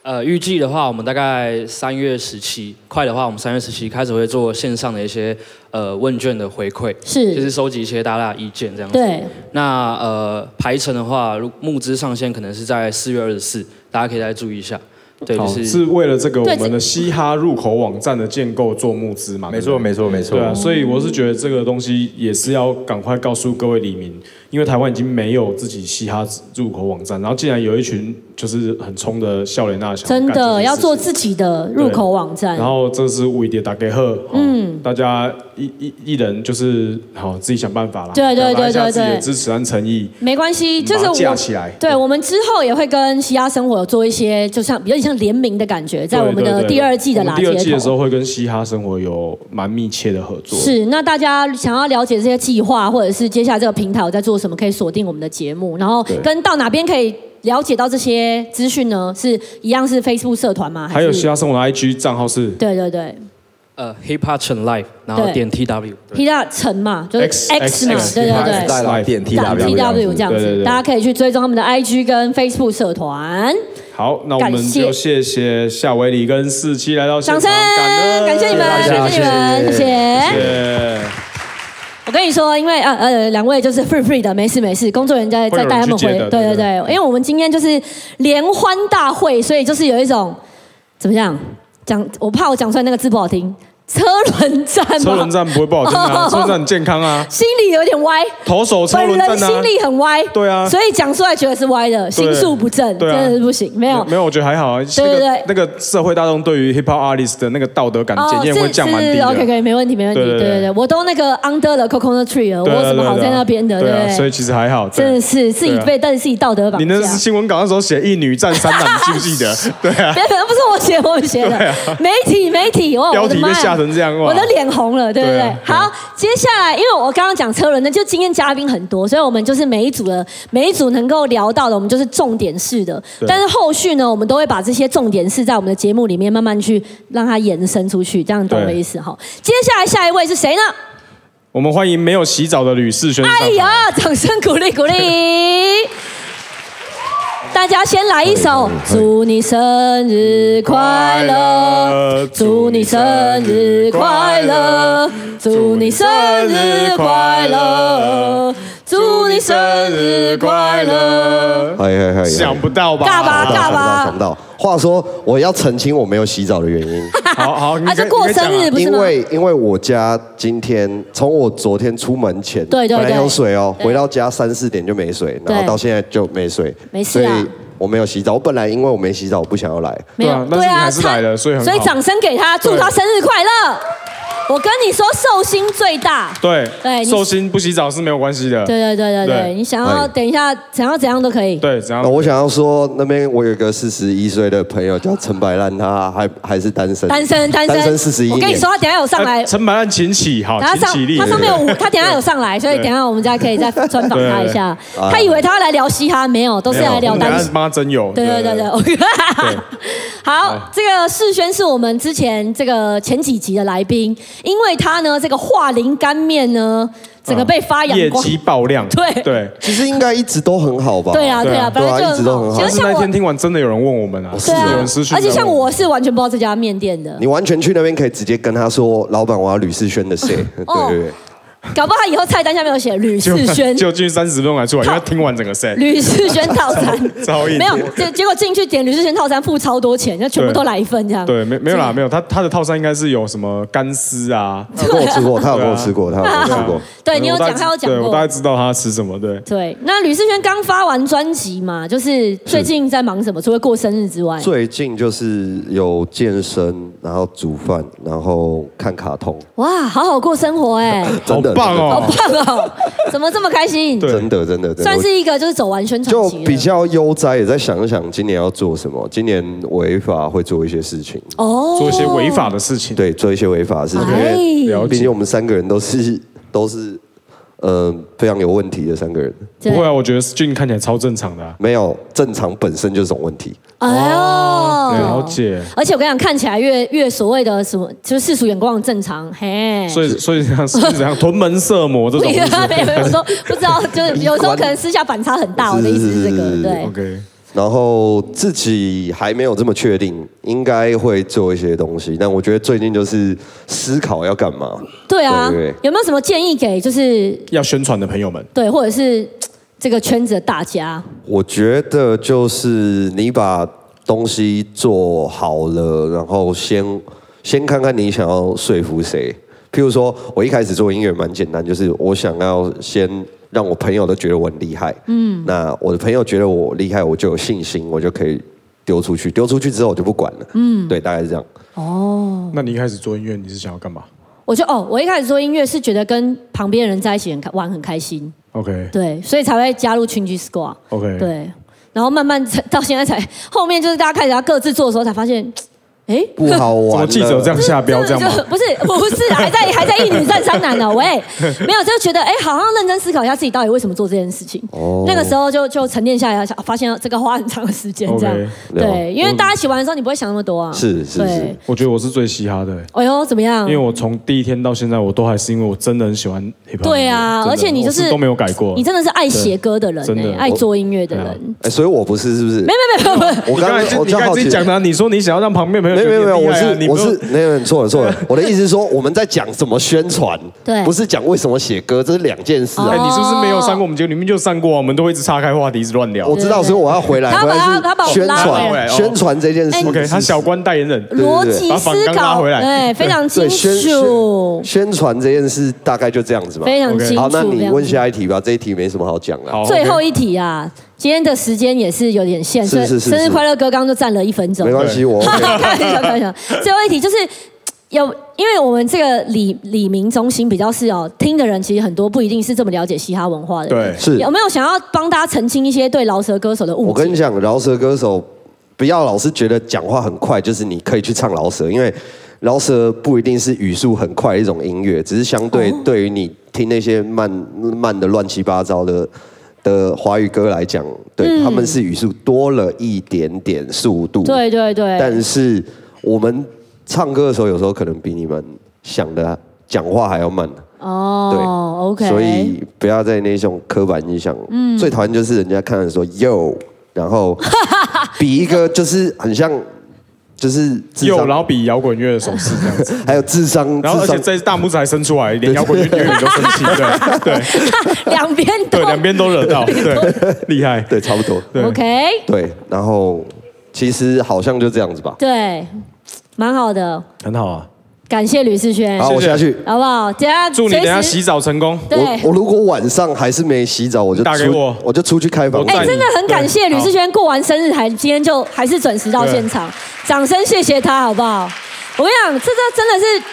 Speaker 4: 呃，预计的话，我们大概三月十七，快的话，我们三月十七开始会做线上的一些呃问卷的回馈，就是是收集一些大家的意见这样子。
Speaker 1: 对，
Speaker 4: 那呃排程的话，如募资上限可能是在四月二十四，大家可以再注意一下。对，就
Speaker 2: 好，
Speaker 4: 是
Speaker 2: 是为了这个
Speaker 1: 对
Speaker 2: 我们的嘻哈入口网站的建构做募资嘛？
Speaker 3: 没
Speaker 2: 对
Speaker 3: 错
Speaker 2: 不对。
Speaker 3: 没错没错
Speaker 2: 对，啊，所以我是觉得这个东西也是要赶快告诉各位李明，因为台湾已经没有自己嘻哈入口网站，然后竟然有一群就是很冲的笑脸那小孩
Speaker 1: 真
Speaker 2: 干这件
Speaker 1: 的
Speaker 2: 事
Speaker 1: 要做
Speaker 2: 情
Speaker 1: 自己的入口网站
Speaker 2: 然。后这是为的打给贺，嗯，大家一一一人就是好自己想办法啦，
Speaker 1: 对对
Speaker 2: 表达一下
Speaker 1: 对对
Speaker 2: 自己的
Speaker 1: 对
Speaker 2: 支持和诚意，
Speaker 1: 没关系，
Speaker 2: 嗯
Speaker 1: 就
Speaker 2: 把
Speaker 1: 是
Speaker 2: 它架
Speaker 1: 我
Speaker 2: 起来
Speaker 1: 对
Speaker 2: 对
Speaker 1: 我们之后也会跟嘻哈生活有做一些，就像比较像联名的感觉，在我们
Speaker 2: 对
Speaker 1: 的
Speaker 2: 对对
Speaker 1: 第二季的
Speaker 2: 我们
Speaker 1: 拉
Speaker 2: 第二季
Speaker 1: 街
Speaker 2: 的时
Speaker 1: 头。
Speaker 2: 候会跟嘻哈生活有蛮密切的合作，
Speaker 1: 是，那大家想要了解这些计划，或者是接下来这个平台我在做什么，可以锁定我们的节目，然后
Speaker 2: 对
Speaker 1: 跟到哪边可以了解到这些资讯呢？是一样是 Facebook 社团吗？
Speaker 2: 还有
Speaker 1: 是
Speaker 2: 嘻哈生活的 IG 账号是
Speaker 1: 对对对，
Speaker 4: 呃 hip hop 成 live，然后
Speaker 1: 对
Speaker 4: 点 tw。
Speaker 1: 皮大陈嘛，就是
Speaker 2: X-
Speaker 1: X 嘛，
Speaker 2: X-
Speaker 1: 对对
Speaker 2: X-
Speaker 1: 对
Speaker 2: X-。
Speaker 3: 带来电 T
Speaker 1: 打
Speaker 3: W
Speaker 1: TW 这样
Speaker 2: 对对
Speaker 1: 子，
Speaker 2: 对
Speaker 1: 大家可以去追踪他们的 IG 跟 Facebook 社团。
Speaker 2: 好，那我
Speaker 1: 感
Speaker 2: 们
Speaker 1: 谢
Speaker 2: 就谢谢夏维里跟四七来到现
Speaker 1: 掌
Speaker 2: 场，
Speaker 1: 声，感谢你们，
Speaker 3: 谢谢大
Speaker 1: 感
Speaker 3: 家
Speaker 1: 谢你们，谢
Speaker 3: 谢谢
Speaker 1: 谢。
Speaker 2: 谢谢。
Speaker 1: 我跟你说，因为呃呃，两位就是 free free 的，没事没事，工作人员在
Speaker 2: 会有
Speaker 1: 在
Speaker 2: 人
Speaker 1: 带他们
Speaker 2: 去
Speaker 1: 回
Speaker 2: 接的，
Speaker 1: 对
Speaker 2: 对
Speaker 1: 对对，因为我们今天就是联欢大会，所以就是有一种怎么样讲，我怕我讲出来那个字不好听，车轮战嘛，
Speaker 2: 车轮战不会不好听 啊，车轮战很健康啊，
Speaker 1: 心里有点歪，
Speaker 2: 投手车
Speaker 1: 本
Speaker 2: 轮
Speaker 1: 人
Speaker 2: 战啊
Speaker 1: 心，里很歪，
Speaker 2: 对啊
Speaker 1: 所以讲出来觉得是歪的，心术不正，真
Speaker 2: 对啊
Speaker 1: 的是不行，没有
Speaker 2: 没。有，我觉得还好啊。
Speaker 1: 哦对对对哦
Speaker 2: 那个那个社会大众对于 hip hop artist 的那个道德感检验会降蛮低的。
Speaker 1: OK，可以，没问题，没问题。
Speaker 2: 对对
Speaker 1: 对对
Speaker 2: 对
Speaker 1: 对，我都那个 under the coconut tree 了，我
Speaker 2: 对啊
Speaker 1: 有什么好
Speaker 2: 对啊
Speaker 1: 在那边的？
Speaker 2: 对啊，
Speaker 1: 不
Speaker 2: 所以其实还好。对啊
Speaker 1: 真的是自己被，但是自己道德绑
Speaker 2: 你
Speaker 1: 架
Speaker 2: 那。是新闻稿那时候写一女战三 男，你记不记得？对啊，
Speaker 1: 别，不是我写，我写的。媒体，媒体，哇，
Speaker 2: 啊标
Speaker 1: 我的
Speaker 2: 题
Speaker 1: 妈
Speaker 2: 被吓
Speaker 1: 呀！
Speaker 2: 成这样哇！
Speaker 1: 我的脸红了，对不对？
Speaker 2: 对啊对
Speaker 1: 好，接下来，因为我刚刚讲车轮的，就今天嘉宾很多，所以我们就是每一组的每一组能够聊到的，我们就是重点式的。
Speaker 3: 对
Speaker 1: 但是后续呢，我们都会把这些重点式在我们的节目里面慢慢去让它延伸出去，这样懂我的
Speaker 2: 对
Speaker 1: 意思哈？接下来下一位是谁呢？
Speaker 2: 我们欢迎没有洗澡的吕世轩上台。
Speaker 1: 哎呀，掌声鼓励 鼓励！大家先来一首
Speaker 2: 哎
Speaker 1: 《祝你生日快
Speaker 2: 哎
Speaker 1: 乐》，祝你生日快乐，祝你生日快乐，祝你生日快乐。
Speaker 5: 嗨嗨嗨！
Speaker 2: 想不到吧？
Speaker 1: 尬吧
Speaker 5: 想
Speaker 1: 尬
Speaker 5: 到
Speaker 1: 吧
Speaker 5: 想到。话说，我要澄清我没有洗澡的原因，
Speaker 2: 好好，你
Speaker 1: 啊，
Speaker 2: 跟
Speaker 1: 这过
Speaker 2: 你跟
Speaker 1: 生日
Speaker 2: 讲啊
Speaker 1: 不是
Speaker 5: 因
Speaker 1: 吗？
Speaker 5: 为因为我家今天从我昨天出门前，
Speaker 1: 对对
Speaker 5: 本来
Speaker 1: 对
Speaker 5: 有水哦，
Speaker 1: 对
Speaker 5: 回到家三四点就没水，然后
Speaker 1: 对
Speaker 5: 到现在就没水，
Speaker 1: 没事啊
Speaker 5: 所以我没有洗澡。我本来因为我没洗澡，我不想要来。
Speaker 1: 没
Speaker 2: 对
Speaker 1: 有，
Speaker 2: 啊但是你还是来了
Speaker 1: 他
Speaker 2: 所以很好
Speaker 1: 所以掌声给他，祝他生日快乐。我跟你说，寿星最大。
Speaker 2: 对
Speaker 1: 对你
Speaker 2: 寿星不洗澡是没有关系的。
Speaker 1: 对对对对对，
Speaker 2: 对
Speaker 1: 你想要
Speaker 5: 哎
Speaker 1: 等一下想要怎样都可以。
Speaker 2: 对，怎样
Speaker 5: 那？我想要说，那边我有一个四十一岁的朋友叫陈白烂，他还还是单身，
Speaker 1: 单身单身
Speaker 5: 单身四十一
Speaker 1: 我
Speaker 5: 年。
Speaker 1: 跟你说，他等一下有上来
Speaker 2: 呃，陈百烂请起，好，
Speaker 1: 他
Speaker 2: 请
Speaker 1: 上
Speaker 2: 起立。
Speaker 1: 他上面有五，他等一下有上来，所以等一下我们再 可以再专访他一下。
Speaker 5: 对
Speaker 1: 他以为他要来聊嘻哈，没有，都是来聊
Speaker 2: 我们
Speaker 1: 单
Speaker 2: 等
Speaker 1: 身
Speaker 2: 下。帮他真有。
Speaker 1: 对对对对，OK。好，这个世轩是我们之前这个前几集的来宾，因为他呢这个化灵干面呢，整个被发扬
Speaker 2: 嗯业
Speaker 1: 光。
Speaker 2: 绩爆量。
Speaker 1: 对
Speaker 2: 对。
Speaker 5: 其实应该一直都很好吧？
Speaker 1: 对啊对啊，本
Speaker 5: 对
Speaker 1: 来
Speaker 5: 啊，
Speaker 1: 就
Speaker 5: 一直
Speaker 1: 很
Speaker 5: 都
Speaker 1: 好。
Speaker 5: 很好哦
Speaker 1: 其
Speaker 2: 但
Speaker 1: 实
Speaker 2: 是
Speaker 1: 像
Speaker 2: 那一
Speaker 1: 我
Speaker 2: 天，听完，真的有人问我们啊，
Speaker 1: 对
Speaker 2: 有
Speaker 1: 啊
Speaker 2: 人私，讯，
Speaker 1: 而且像，我是完全不知道这家面店的
Speaker 5: 你，完全去那边可以直接跟他说，老板，我要吕世轩的谁？对
Speaker 1: 哦
Speaker 5: 对对，
Speaker 1: 搞不好他以后菜单下面有写吕世轩。
Speaker 2: 就进三十分钟才出来，因为他听完整个 set。
Speaker 1: 吕世轩套餐
Speaker 2: 超硬
Speaker 1: 没有，结结果进去点吕世轩套餐付超多钱，就全部都来一份这样。
Speaker 2: 对，没没有啦，
Speaker 1: 对
Speaker 2: 没有。他他的套餐应该是有什么干丝啊，
Speaker 5: 他有跟我吃过，他有跟我吃过，他有跟我吃过。
Speaker 1: 对你有
Speaker 2: 我大
Speaker 1: 讲，
Speaker 2: 概
Speaker 1: 他有讲
Speaker 2: 对我大概
Speaker 1: 过。
Speaker 2: 知道他吃什么。对，
Speaker 1: 对，那吕世轩刚发完专辑嘛，就是最近在忙什么？除了过生日之外，
Speaker 5: 最近就是有健身，然后煮饭，然后看卡通，
Speaker 1: 哇，好好过生活哎，
Speaker 2: 好
Speaker 5: 真的
Speaker 2: 棒
Speaker 1: 好
Speaker 2: 哦！
Speaker 1: 棒哦！怎么这么开心？
Speaker 2: 对
Speaker 5: 真的真的真的。
Speaker 1: 算是一个就是走完宣传
Speaker 5: 就
Speaker 1: 期了
Speaker 5: 比较悠哉，也在想想今年要做什么。今年违法会做一些事情，
Speaker 1: 哦
Speaker 2: 做一些违法的事情。
Speaker 5: 对，做一些违法的事情，因
Speaker 1: 哎
Speaker 5: 为
Speaker 2: 了
Speaker 5: 毕
Speaker 2: 解
Speaker 5: 竟。我们三个人都是都是呃非常有问题的三个人，
Speaker 1: 对
Speaker 2: 不会啊，我觉得俊看起来超正常的啊。
Speaker 5: 没有正常本身就是种问题。
Speaker 1: 哎呦，
Speaker 2: 了解。
Speaker 1: 而且我跟你讲，看起来越越所谓的什么，就是世俗眼光很正常，嘿。
Speaker 2: 所以所以怎样是 怎样屯门色魔这
Speaker 1: 不
Speaker 2: 种
Speaker 1: 一
Speaker 2: 是不
Speaker 1: 样，
Speaker 2: 是
Speaker 1: 没有没有，我说不知道，就是有时候可能私下反差很大，我的意思是这
Speaker 5: 是是
Speaker 1: 个，
Speaker 5: 是
Speaker 1: 对。
Speaker 2: ？OK，
Speaker 5: 然后自己还没有这么确定，应该会做一些东西，但我觉得最近就是思考要干嘛。
Speaker 1: 对啊
Speaker 5: 对对，
Speaker 1: 有没有什么建议给就是
Speaker 2: 要宣传的朋友们，
Speaker 1: 对，或者是这个圈子的大家？
Speaker 5: 我觉得就是你把东西做好了，然后先先看看你想要说服谁。譬如说，我一开始做音乐蛮简单，就是我想要先让我朋友都觉得我很厉害，嗯，那我的朋友觉得我厉害，我就有信心，我就可以丢出去，丢出去之后我就不管了，嗯，对，大概是这样。
Speaker 2: 那你一开始做音乐你是想要干嘛
Speaker 1: 我就哦，我一开始做音乐是觉得跟旁边人在一起很开玩很开心，
Speaker 2: ？OK
Speaker 1: 对，所以才会加入群居 squad，
Speaker 2: OK，
Speaker 1: 对，然后慢慢才到现在才后面就是大家开始要各自做的时候才发现，哎，
Speaker 5: 不好 玩
Speaker 2: 怎么
Speaker 5: 了。
Speaker 2: 记者这样下标这样吗？
Speaker 1: 不是不是，还在还在一女战三男呢、喂，没有就觉得哎、好像认真思考一下自己到底为什么做这件事情。
Speaker 5: 哦
Speaker 1: 那个时候就就沉淀下来，想发现这个花很长的时间这样。
Speaker 2: OK，
Speaker 1: 对，因为大家一起玩的时候，你不会想那么多啊。
Speaker 5: 是是
Speaker 1: 对。
Speaker 2: 我觉得我是最嘻哈的欸，
Speaker 1: 哎呦，怎么样
Speaker 2: 因为？我从第一天到现在，我都还是因为我真的很喜欢 hip hop。
Speaker 1: 对啊，
Speaker 2: 真的
Speaker 1: 而且你就
Speaker 2: 我
Speaker 1: 是
Speaker 2: 都没有改过。
Speaker 1: 你真的是爱写歌的人、
Speaker 2: 对真的
Speaker 1: 哎爱做音乐的人。
Speaker 5: 哎，所以我不是是不是？没
Speaker 1: 没有没有，
Speaker 5: 有，我
Speaker 2: 你
Speaker 5: 刚
Speaker 2: 刚才
Speaker 5: 刚
Speaker 2: 就
Speaker 5: 我
Speaker 2: 你
Speaker 5: 就
Speaker 2: 刚才
Speaker 5: 好
Speaker 2: 自己
Speaker 5: 奇。
Speaker 2: 讲的啊，你说你想要让旁边朋友
Speaker 5: 没
Speaker 2: 觉
Speaker 5: 有
Speaker 2: 得
Speaker 5: 没有没有，
Speaker 2: 你很
Speaker 5: 我
Speaker 2: 厉害啊你
Speaker 5: 是
Speaker 2: 不
Speaker 5: 我是没有你 错了错了，我的意思是说我们在讲怎么宣传，
Speaker 1: 对哦
Speaker 5: 不是讲为什么写歌，这是两件事
Speaker 2: 哎，
Speaker 5: 啊。
Speaker 2: 你是不是没有上过我们节目？你们就上过啊，我们都会一直岔开话题，一直乱聊
Speaker 5: 我。知
Speaker 1: 对
Speaker 5: 道，
Speaker 1: 对对
Speaker 5: 所以我要回来，
Speaker 1: 他
Speaker 5: 回
Speaker 1: 把他他把
Speaker 5: 来
Speaker 1: 我
Speaker 5: 是
Speaker 1: 们
Speaker 5: 宣
Speaker 1: 拉回
Speaker 2: 来
Speaker 5: 传
Speaker 2: 哦
Speaker 5: 宣传这件事。
Speaker 2: OK，他小官代言人。
Speaker 1: 逻辑
Speaker 2: 把反
Speaker 1: 思
Speaker 2: 纲拉
Speaker 1: 考，
Speaker 2: 回来
Speaker 1: 对，非常清
Speaker 5: 对宣
Speaker 1: 楚
Speaker 5: 宣，宣传这件事大概就这样子吧。
Speaker 1: 非常
Speaker 2: OK
Speaker 1: 清楚。
Speaker 5: 好，那你
Speaker 1: 这
Speaker 5: 问
Speaker 1: 样子
Speaker 5: 下一题吧，这一题没什么好讲了。
Speaker 2: 好，
Speaker 1: 最后
Speaker 2: OK
Speaker 1: 一题啊，今天的时间也是有点限，所以
Speaker 5: 是是是
Speaker 1: 生日
Speaker 5: 是
Speaker 1: 快乐歌刚刚就占了一分钟
Speaker 5: 没。关系，我 OK
Speaker 1: 开玩笑，开玩笑。最后一题就是。有，因为我们这个李李明中心比较是哦，听的人其实很多不一定是这么了解嘻哈文化的人。
Speaker 2: 对
Speaker 5: 是
Speaker 1: 有没有想要帮大家澄清一些对饶舌歌手的误解？
Speaker 5: 我跟你讲，饶舌歌手不要老是觉得讲话很快，就是你可以去唱饶舌，因为饶舌不一定是语速很快的一种音乐，只是相对对于你听那些慢慢的乱七八糟的的华语歌来讲，对、他们是语速多了一点点速度。
Speaker 1: 对对嗯对，
Speaker 5: 但是我们唱歌的时候，有时候可能比你们想的讲话还要慢。
Speaker 1: 哦，OK，嗯
Speaker 5: 所以不要在那种刻板印象。最讨厌就是人家看了说 “yo”，然后比一个就是很像，就是智
Speaker 2: 有，然
Speaker 5: 商，
Speaker 2: 后比摇滚 乐的手势这样子，
Speaker 5: 还有智商，
Speaker 2: 然后而
Speaker 5: 智
Speaker 2: 且
Speaker 5: 商
Speaker 2: 这大拇指还伸出来，连摇滚乐乐你都生 气，对对
Speaker 1: 两边都
Speaker 2: 对，两边都惹到， 对，厉害，
Speaker 5: 对，差不多，
Speaker 2: 对
Speaker 1: OK，
Speaker 5: 对。然后其实好像就这样子吧。
Speaker 1: 对，蛮好的，
Speaker 2: 很好啊，
Speaker 1: 感谢吕世轩，
Speaker 5: 好，
Speaker 2: 谢
Speaker 5: 我
Speaker 2: 谢
Speaker 5: 下去。
Speaker 1: 好不好？等下
Speaker 2: 祝你
Speaker 1: 随
Speaker 2: 等一下
Speaker 1: 时
Speaker 2: 洗澡成功，
Speaker 1: 对，
Speaker 5: 我我如果晚上还是没洗澡，我就
Speaker 2: 打给
Speaker 5: 出
Speaker 2: 我
Speaker 5: 我就出去开房
Speaker 2: 我
Speaker 5: 间。
Speaker 1: 哎、
Speaker 2: 在
Speaker 1: 真的很感谢
Speaker 2: 对
Speaker 1: 吕
Speaker 2: 好
Speaker 1: 世轩过完生日还今天就还是准时到现场，掌声谢谢他好不好？我跟你讲，这这真的是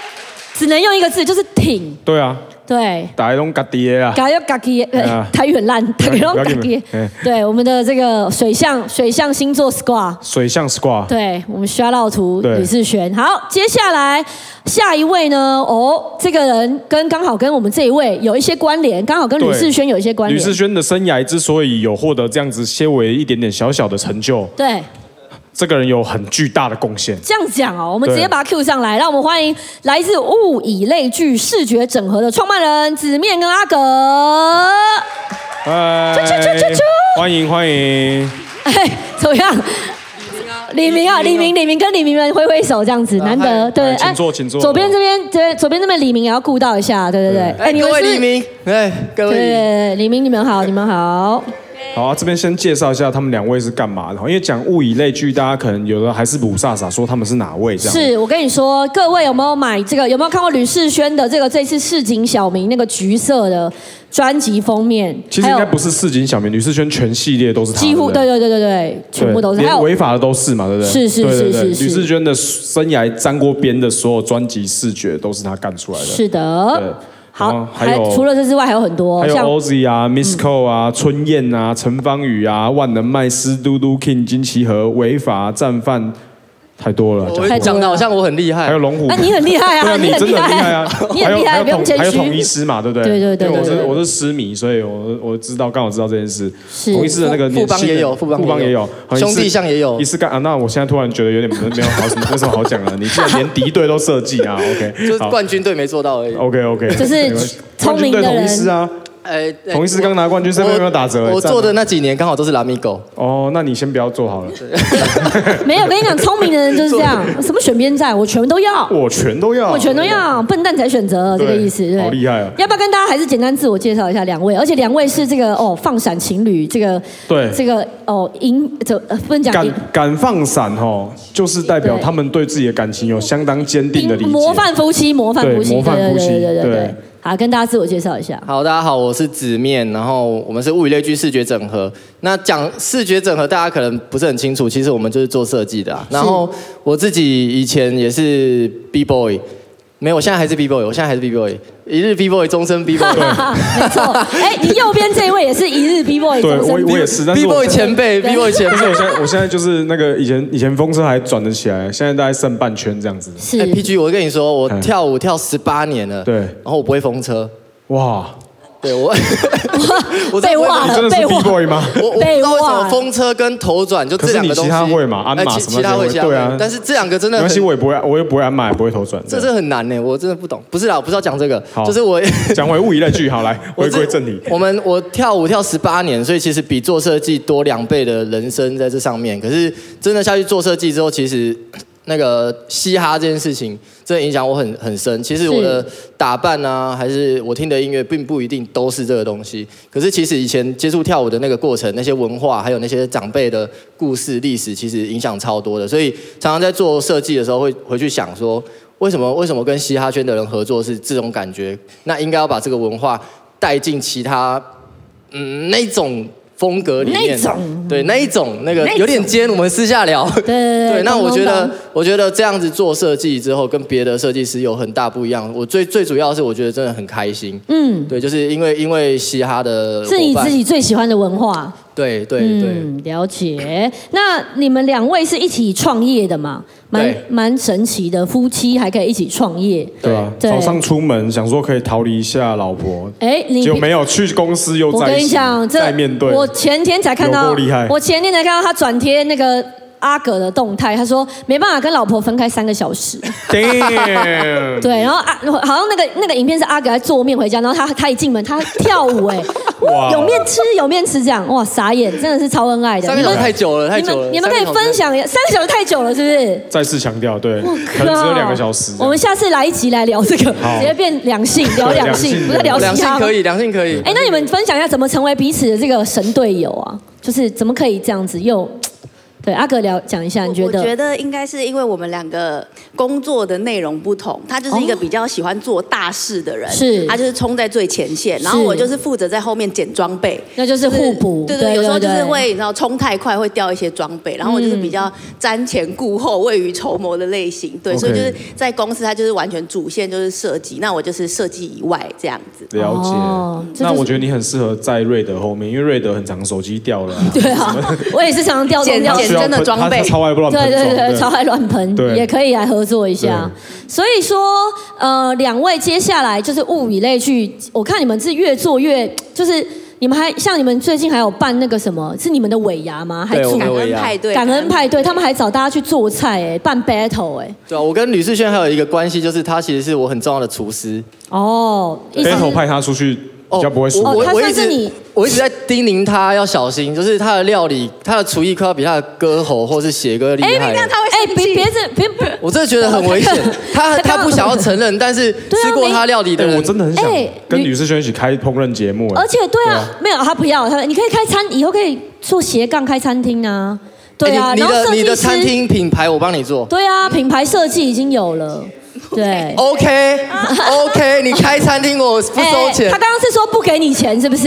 Speaker 1: 只能用一个字，就是挺。
Speaker 2: 对啊，
Speaker 1: 对，
Speaker 2: 打开拢嘎爹啊，
Speaker 1: 嘎要嘎基，呃
Speaker 2: 啊
Speaker 1: 台语很烂，台语都嘎
Speaker 2: 不要
Speaker 1: 基
Speaker 2: 紧哎。
Speaker 1: 对，我们的这个水象水象星座 squad，
Speaker 2: 水象 squad，
Speaker 1: 对我们需要绕图
Speaker 2: 对
Speaker 1: 吕世轩。好，接下来下一位呢？哦，这个人跟刚好跟我们这一位有一些关联，刚好跟吕
Speaker 2: 对
Speaker 1: 世轩有一些关
Speaker 2: 吕
Speaker 1: 联。
Speaker 2: 世轩的生涯之所以有获得这样子些微一点点小小的成就，
Speaker 1: 对，
Speaker 2: 这个人有很巨大的贡献。
Speaker 1: 这样讲哦，我们直
Speaker 2: 对
Speaker 1: 接把他 Q 上来，让我们欢迎来自物以类聚视觉整合的创办人子面跟阿格。
Speaker 2: 哎
Speaker 1: 啾啾啾啾啾
Speaker 2: 欢迎欢迎，
Speaker 1: 哎，怎么样？李明啊，李明，李明跟李明们挥挥手，这样子难得，对，
Speaker 2: 哎请坐请坐
Speaker 1: 左边这边，对，左边这边李明也要顾到一下，对对对。
Speaker 6: 哎，
Speaker 1: 你
Speaker 6: 各
Speaker 1: 们
Speaker 6: 位
Speaker 1: 是
Speaker 6: 黎，明，哎，各
Speaker 1: 对对
Speaker 6: 位，
Speaker 1: 对，李明你们好，你们好，
Speaker 2: 好、啊，这边先介绍一下他们两位是干嘛的，因为讲物以类聚，大家可能有的还是不飒飒说他们是哪位这样。
Speaker 1: 是我跟你说，各位有没有买这个？有没有看过吕世轩的这个这次市井小民那个橘色的专辑封面？
Speaker 2: 其实应该不是市井小民，吕世轩全系列都是他，
Speaker 1: 几乎对
Speaker 2: 对
Speaker 1: 对对对对，
Speaker 2: 不对
Speaker 1: 全部都是。
Speaker 2: 对
Speaker 1: 还
Speaker 2: 连违
Speaker 1: 有
Speaker 2: 法的都是嘛，对不对？
Speaker 1: 是是
Speaker 2: 对对
Speaker 1: 是
Speaker 2: 对
Speaker 1: 是是
Speaker 2: 吕世轩的生涯沾过边的所有专辑视觉都是他干出来的。对
Speaker 1: 是的，
Speaker 2: 然
Speaker 1: 好，
Speaker 2: 后还
Speaker 1: 还
Speaker 2: 有
Speaker 1: 除了这之外还有很多，
Speaker 2: 还有
Speaker 1: 哦像嗯
Speaker 2: OZ 啊、Miss Cole 啊、春燕啊、陈芳宇啊、万能麦斯、嘟嘟 King、金奇和、违法战犯，太多了。
Speaker 6: 我
Speaker 1: 太多
Speaker 6: 哦讲
Speaker 1: 了
Speaker 6: 的好像我很厉害
Speaker 2: 还有，龙虎，
Speaker 1: 啊你很厉害啊
Speaker 2: 对
Speaker 1: 你
Speaker 2: 你
Speaker 1: 很
Speaker 2: 真
Speaker 1: 厉
Speaker 2: 的
Speaker 1: 害
Speaker 2: 很厉害啊，
Speaker 1: 你很厉害
Speaker 2: 还有
Speaker 1: 不用谦虚
Speaker 2: 还有统一师嘛，对不对？
Speaker 1: 对对对
Speaker 2: 因为我
Speaker 1: 对
Speaker 2: 是
Speaker 1: 对
Speaker 2: 我是师迷，所以我我知道，刚好知道这件事。
Speaker 1: 是
Speaker 2: 统一师的那个
Speaker 6: 富
Speaker 2: 年
Speaker 6: 邦
Speaker 2: 轻人
Speaker 6: 也有富邦也有
Speaker 2: 富邦也有，好
Speaker 6: 兄弟像也有
Speaker 2: 一次干啊！那我现在突然觉得有点没有好什么，没什么好讲了。你竟然连敌对都设计啊？OK，
Speaker 6: 就是
Speaker 2: 好
Speaker 6: 冠军队没做到而已。
Speaker 2: OK OK，
Speaker 1: 就是聪明的人
Speaker 2: 统一师啊，
Speaker 6: 哎，哎
Speaker 2: 同一次刚拿冠军身份有没有打折
Speaker 6: 我我
Speaker 2: 赞啊
Speaker 6: 做的那几年刚好都是拉米狗，
Speaker 2: 哦，那你先不要做好了，
Speaker 1: 没有，跟你讲，聪明的人就是这样， 什么选边站，我全都要，
Speaker 2: 我全都要，
Speaker 1: 我全都要，笨蛋才选择，这
Speaker 2: 对
Speaker 1: 个意思，对。
Speaker 2: 好厉害啊
Speaker 1: 要不要跟大家还是简单自我介绍一下两位？而且两位是这个哦，放闪情侣，这个
Speaker 2: 对
Speaker 1: 这个哦，赢这呃不能讲
Speaker 2: 敢
Speaker 1: 赢
Speaker 2: 敢放闪哦，就是代表
Speaker 1: 对
Speaker 2: 他们对自己的感情有相当坚定的理解。
Speaker 1: 模范夫妻，模范夫妻，
Speaker 2: 对模范
Speaker 1: 对对
Speaker 2: 夫妻
Speaker 1: 对对对对
Speaker 2: 对。
Speaker 1: 好，跟大家自我介绍一下。
Speaker 6: 好，大家好，我是子面，然后我们是物以类聚视觉整合。那讲视觉整合，大家可能不是很清楚，其实我们就是做设计的、啊。然后我自己以前也是 B boy，没有，我现在还是 B boy，我现在还是 B boy，一日 B boy，终身 B boy。
Speaker 1: 没错，哎，你右边这一位也是一日 B boy
Speaker 2: 对
Speaker 1: 终
Speaker 2: 我
Speaker 1: 身
Speaker 2: 我也是，但
Speaker 6: B
Speaker 2: 是我
Speaker 6: boy 前辈
Speaker 1: 对
Speaker 6: ，B boy 前
Speaker 2: 但
Speaker 6: 辈
Speaker 2: 是我现在我现在就是那个以前以前风车还转得起来，现在大概剩半圈这样子。
Speaker 6: 哎
Speaker 1: 是
Speaker 6: ，PG，我跟你说，我
Speaker 2: 嗯
Speaker 6: 跳舞跳十八年了，
Speaker 2: 对
Speaker 6: 然后我不会风车，
Speaker 2: 哇，
Speaker 6: 对我，我真
Speaker 1: 被
Speaker 6: 的不会
Speaker 1: 挖
Speaker 2: 你
Speaker 1: 了，
Speaker 2: 真的
Speaker 1: 被
Speaker 2: 是 B
Speaker 1: 挖
Speaker 2: boy 吗？
Speaker 6: 我我不
Speaker 1: 被
Speaker 6: 知道为什
Speaker 1: 挖
Speaker 6: 么风车跟头转就这两个东
Speaker 2: 可是你其
Speaker 6: 西，
Speaker 2: 他会嘛鞍马
Speaker 6: 哎其
Speaker 2: 什么
Speaker 6: 其他
Speaker 2: 这些会
Speaker 6: 会，其他会
Speaker 2: 对啊，
Speaker 6: 但是这两个真的
Speaker 2: 没关系，
Speaker 6: 很
Speaker 2: 我也不会，我也不会鞍马，也不会头转。
Speaker 6: 这是很难呢，我真的不懂。不是啦，我不是要讲这个
Speaker 2: 好，
Speaker 6: 就是我
Speaker 2: 讲回物以类聚，好来
Speaker 6: 我
Speaker 2: 回
Speaker 6: 这
Speaker 2: 归正题。
Speaker 6: 我们我跳舞跳十八年，所以其实比做设计多两倍的人生在这上面。可是真的下去做设计之后，其实那个嘻哈这件事情真的影响我很很深。其实我的打扮啊，还是我听的音乐，并不一定都是这个东西。可是其实以前接触跳舞的那个过程，那些文化，还有那些长辈的故事历史，其实影响超多的。所以常常在做设计的时候，会回去想说。为什么为什么跟嘻哈圈的人合作是这种感觉？那应该要把这个文化带进其他嗯那种风格里面，
Speaker 1: 那种
Speaker 6: 对那一种那个
Speaker 1: 那种
Speaker 6: 有点尖，我们私下聊。对
Speaker 1: 对对
Speaker 6: 那
Speaker 1: 懂
Speaker 6: 我
Speaker 1: 懂
Speaker 6: 觉得
Speaker 1: 懂
Speaker 6: 我觉得这样子做设计之后，跟别的设计师有很大不一样。我最最主要是我觉得真的很开心，
Speaker 1: 嗯，
Speaker 6: 对，就是因为因为嘻哈的
Speaker 1: 是你
Speaker 6: 伙伴
Speaker 1: 自己最喜欢的文化，
Speaker 6: 对对对。
Speaker 1: 嗯，了解。 那你们两位是一起创业的嘛？蛮
Speaker 6: 对
Speaker 1: 蛮神奇的，夫妻还可以一起创业。
Speaker 2: 对啊，
Speaker 1: 对
Speaker 2: 早上出门想说可以逃离一下老婆，
Speaker 1: 哎，你
Speaker 2: 结果没有去公司又
Speaker 1: 我
Speaker 2: 在
Speaker 1: 跟
Speaker 2: 一
Speaker 1: 你
Speaker 2: 起
Speaker 1: 讲，这
Speaker 2: 再面对，
Speaker 1: 我前天才看
Speaker 2: 有
Speaker 1: 到
Speaker 2: 够厉害，
Speaker 1: 我前天才看到他转贴那个阿葛的动态，他说没办法跟老婆分开三个小时。
Speaker 2: damn，
Speaker 1: 对，然后啊，好像那个那个影片是阿葛在做面回家，然后他他一进门他跳舞哎、
Speaker 2: 哇
Speaker 1: 有面吃有面吃这样，哇傻眼，真的是超恩爱的。
Speaker 6: 三个小时太久了，太
Speaker 1: 你
Speaker 6: 久了。
Speaker 1: 们你们可以
Speaker 6: 三个小时
Speaker 1: 分享一下，三个小时太久了是不是？
Speaker 2: 再次强调，对，可能只有
Speaker 1: 靠哦
Speaker 2: 两个小时这样，
Speaker 1: 我们下次来一集来聊这个，直接变两性聊两性，
Speaker 2: 对啊
Speaker 1: 不是聊
Speaker 6: 两
Speaker 1: 其
Speaker 6: 性
Speaker 1: 他吗
Speaker 6: 可。以，两性可以。
Speaker 1: 哎，那你们分享一下怎么成为彼此的这个神队友啊？就是怎么可以这样子又对阿格聊讲一下，你觉
Speaker 7: 我
Speaker 1: 得？
Speaker 7: 觉得应该是因为我们两个工作的内容不同，他就是一个比较喜欢做大事的人，
Speaker 1: 是
Speaker 7: 他就是冲在最前线，然后
Speaker 1: 是
Speaker 7: 我就是负责在后面捡装备。
Speaker 1: 那就是互补，
Speaker 7: 对对，有时候就是会，你知道冲太快会掉一些装备，然后
Speaker 1: 嗯
Speaker 7: 我就是比较瞻前顾后、未雨绸缪的类型，对，所以就是在公司，它就是完全主线就是设计，那我就是设计以外这样子。
Speaker 2: 了解。
Speaker 1: 哦这
Speaker 2: 那
Speaker 1: 就是
Speaker 2: 我觉得你很适合在瑞德后面，因为瑞德很常手机掉了啊、
Speaker 1: 对啊， 我也是常常掉东
Speaker 7: 剪
Speaker 1: 掉
Speaker 2: 他
Speaker 1: 西
Speaker 7: 剪
Speaker 2: 需要
Speaker 7: 真的
Speaker 2: 喷
Speaker 7: 装
Speaker 2: 他
Speaker 7: 备
Speaker 2: 他超爱乱喷
Speaker 1: 对对
Speaker 2: 装
Speaker 1: 对，超爱乱喷，
Speaker 2: 对
Speaker 1: 也可以来合作一下。所以说，呃，两位接下来就是物以类聚，我看你们是越做越，就是你们还像你们最近还有办那个什么，是你们的尾牙吗？还
Speaker 6: 对我
Speaker 1: 做
Speaker 7: 感
Speaker 6: 们的尾
Speaker 7: 恩
Speaker 6: 牙
Speaker 7: 派对，
Speaker 1: 感恩派对，他们还找大家去做菜，哎，办 battle，哎，
Speaker 6: 对啊，我跟吕世轩还有一个关系，就是他其实是我很重要的厨师。
Speaker 1: 哦，意思是
Speaker 2: battle 派他出去比较不会输。
Speaker 1: 哦他
Speaker 6: 我
Speaker 1: 算
Speaker 6: 一
Speaker 1: 是
Speaker 6: 直
Speaker 1: 你
Speaker 6: 我一直在叮咛他要小心，就是他的料理，他的厨艺快要比他的歌喉或是写歌厉
Speaker 1: 哎，
Speaker 6: 害了。
Speaker 7: 他会
Speaker 1: 哎，
Speaker 7: 生
Speaker 1: 别
Speaker 7: 气
Speaker 1: 别这别别，，
Speaker 6: 我真的觉得很危险 他
Speaker 1: 在干
Speaker 6: 他
Speaker 1: 嘛
Speaker 6: 不想要承认，但是
Speaker 1: 对啊
Speaker 6: 吃过
Speaker 1: 没
Speaker 6: 他料理的
Speaker 2: 哎、我
Speaker 6: 人，
Speaker 2: 真的很想
Speaker 1: 哎
Speaker 2: 跟
Speaker 1: 你
Speaker 2: 吕世轩一起开烹饪节目、哎
Speaker 1: 而且对啊，没有他不要，他你可以开餐，以后可以做斜杠开餐厅啊，对啊，
Speaker 6: 哎你
Speaker 1: 然
Speaker 6: 你
Speaker 1: 后设计
Speaker 6: 的
Speaker 1: 师
Speaker 6: 你的餐厅品牌我帮你做。
Speaker 1: 对啊，品牌设计已经有 了，对。
Speaker 6: OK OK，你开餐厅我不收钱
Speaker 1: 哎他。刚刚是说不给你钱，是不是？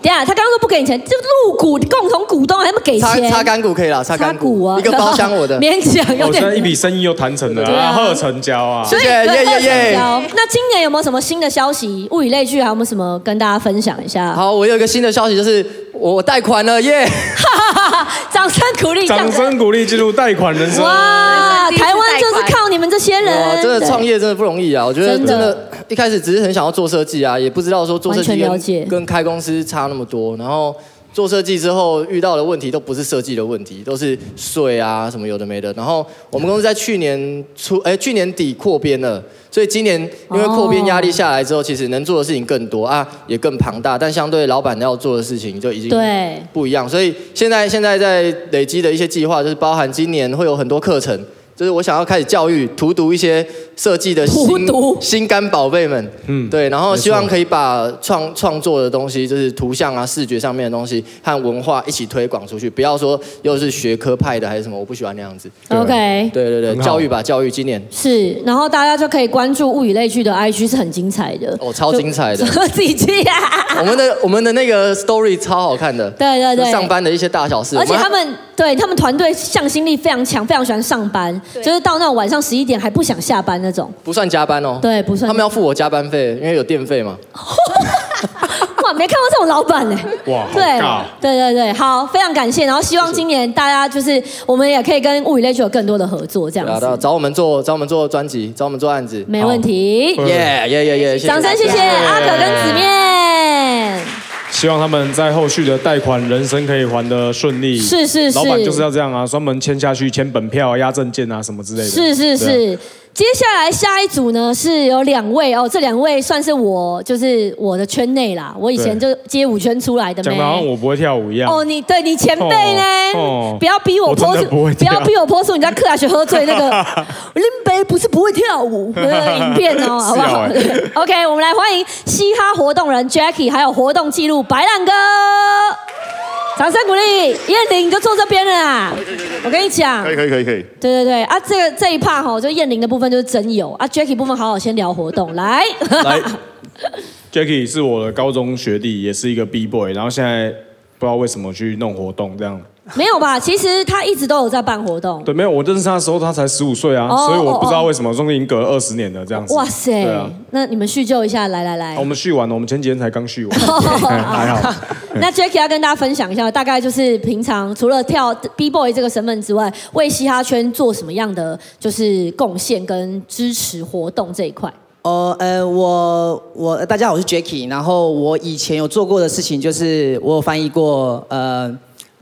Speaker 1: 等一下，他刚刚说不给你钱，就入股共同股东还没给
Speaker 6: 擦
Speaker 1: 钱，
Speaker 6: 擦干股可以啦，擦
Speaker 1: 擦
Speaker 6: 干股
Speaker 1: 股啊，
Speaker 6: 一个包厢我的。
Speaker 1: 勉强有
Speaker 2: 我哦现在一
Speaker 1: 点。
Speaker 2: 笔生意又谈成了
Speaker 1: 对啊
Speaker 2: 啊，贺成交啊！
Speaker 1: 所以
Speaker 6: 谢谢耶耶耶！
Speaker 1: 那今年有没有什么新的消息？物以类聚，还有没有什么跟大家分享一下？
Speaker 6: 好，我有一个新的消息，就是我贷款了耶！
Speaker 1: 掌声鼓励，
Speaker 2: 掌声鼓励进入贷款人生。
Speaker 1: 哇，
Speaker 7: 人生第一次
Speaker 1: 台湾就是
Speaker 7: 贷款
Speaker 1: 靠你们这些
Speaker 6: 哇，
Speaker 1: 人，
Speaker 6: 真的
Speaker 1: 对
Speaker 6: 创业真的不容易啊！我觉得
Speaker 1: 真
Speaker 6: 真
Speaker 1: 的
Speaker 6: 的，一开始只是很想要做设计啊，也不知道说做设
Speaker 1: 完
Speaker 6: 计
Speaker 1: 全了解
Speaker 6: 跟跟开公司差那么多。然后做设计之后遇到的问题都不是设计的问题，都是税啊什么有的没的。然后我们公司在去年初，哎，去年底扩编了，所以今年因为扩编压力下来之后，其实能做的事情更多啊，也更庞大，但相对老板要做的事情就已经
Speaker 1: 对
Speaker 6: 不一样。所以现在现在在累积的一些计划，就是包含今年会有很多课程，就是我想要开始教育、荼毒一些设计的
Speaker 1: 荼
Speaker 6: 心
Speaker 1: 毒
Speaker 6: 心肝宝贝们。嗯，对，然后希望可以把创创作的东西，就是图像啊、视觉上面的东西和文化一起推广出去，不要说又是学科派的还是什么，我不喜欢那样子。
Speaker 1: OK，
Speaker 6: 对对对，
Speaker 2: 好
Speaker 6: 教育吧，教育今年。
Speaker 1: 是，然后大家就可以关注物以类聚的 IG，是很精彩的，
Speaker 6: 哦超精 彩的
Speaker 1: 就自己去啊。
Speaker 6: 我们的我们的那个 story 超好看的，
Speaker 1: 对对对
Speaker 6: 就上班的一些大小事，
Speaker 1: 而且
Speaker 6: 我
Speaker 1: 他们对他们团队向心力非常强，非常喜欢上班，就是到那种晚上十一点还不想下班那种。
Speaker 6: 不算加班哦，
Speaker 1: 对不算
Speaker 6: 他们要付我加班费，因为有电费嘛。
Speaker 1: 哇，没看过这种老板呢、欸
Speaker 2: 哇好
Speaker 1: 对
Speaker 2: 尬哦
Speaker 1: 对对对，好，非常感谢。然后希望今年大家就是我们也可以跟物以类聚有更多的合作，这
Speaker 6: 对啊
Speaker 1: 样
Speaker 6: 对啊
Speaker 1: 子。
Speaker 6: 找我们做找我们做专辑，找我们做案子。
Speaker 1: 没问题。
Speaker 6: 耶耶耶耶！
Speaker 1: 掌声谢谢阿可跟子面。
Speaker 2: 希望他们在后续的贷款人生可以还得顺利。
Speaker 1: 是是是
Speaker 2: 老板就是要这样啊，专门签下去，签本票啊、押证件啊什么之类的。
Speaker 1: 是是
Speaker 2: 对啊
Speaker 1: 是。接下来下一组呢是有两位哦，这两位算是我就是我的圈内啦，我以前就
Speaker 2: 对
Speaker 1: 街舞圈出来的
Speaker 2: 讲
Speaker 1: 妹
Speaker 2: 的好像我不会跳舞一样。
Speaker 1: 哦，你对你前辈呢？
Speaker 2: 哦哦
Speaker 1: 不要逼我
Speaker 2: 我真
Speaker 1: 泼
Speaker 2: 的
Speaker 1: 出，
Speaker 2: 不会
Speaker 1: 不
Speaker 2: 跳
Speaker 1: 要逼我泼出你在克拉雪喝醉那个 林北不是不会跳舞那个影片哦，好不
Speaker 2: 是
Speaker 1: 好
Speaker 2: 啊
Speaker 1: ？OK，我们来欢迎嘻哈活动人 Jackie，还有活动记录白浪哥。掌声鼓励，燕玲你就坐这边了啊！我跟你讲，
Speaker 8: 可以可以可以可以，
Speaker 1: 对对对啊，这个这一趴哈，就燕玲的部分就是真有啊，Jackie 部分好好先聊活动来。
Speaker 2: 来，Jacky 是我的高中学弟，也是一个 B boy，然后现在不知道为什么去弄活动这样。
Speaker 1: 没有吧？其实他一直都有在办 活动。
Speaker 2: 对，没有，我认识他的时候他才十五岁啊，
Speaker 1: 哦
Speaker 2: 所以我
Speaker 1: 哦
Speaker 2: 不知道
Speaker 1: 哦
Speaker 2: 为什么，中间已经隔了二十年了这样子。
Speaker 1: 哇塞哎
Speaker 2: 对啊，
Speaker 1: 那你们叙旧一下，来来来
Speaker 2: 啊我。们续完了，我们前几天才刚续
Speaker 1: 哦
Speaker 2: 完，还哦好。
Speaker 1: 那 Jacky 要跟大家分享一下，大概就是平常除了跳 B boy 这个身份之外，为嘻哈圈做什么样的就是贡献跟支持活动这一块？
Speaker 8: 哦，呃，我我呃大家好，我是 Jacky。然后我以前有做过的事情就是，我有翻译过呃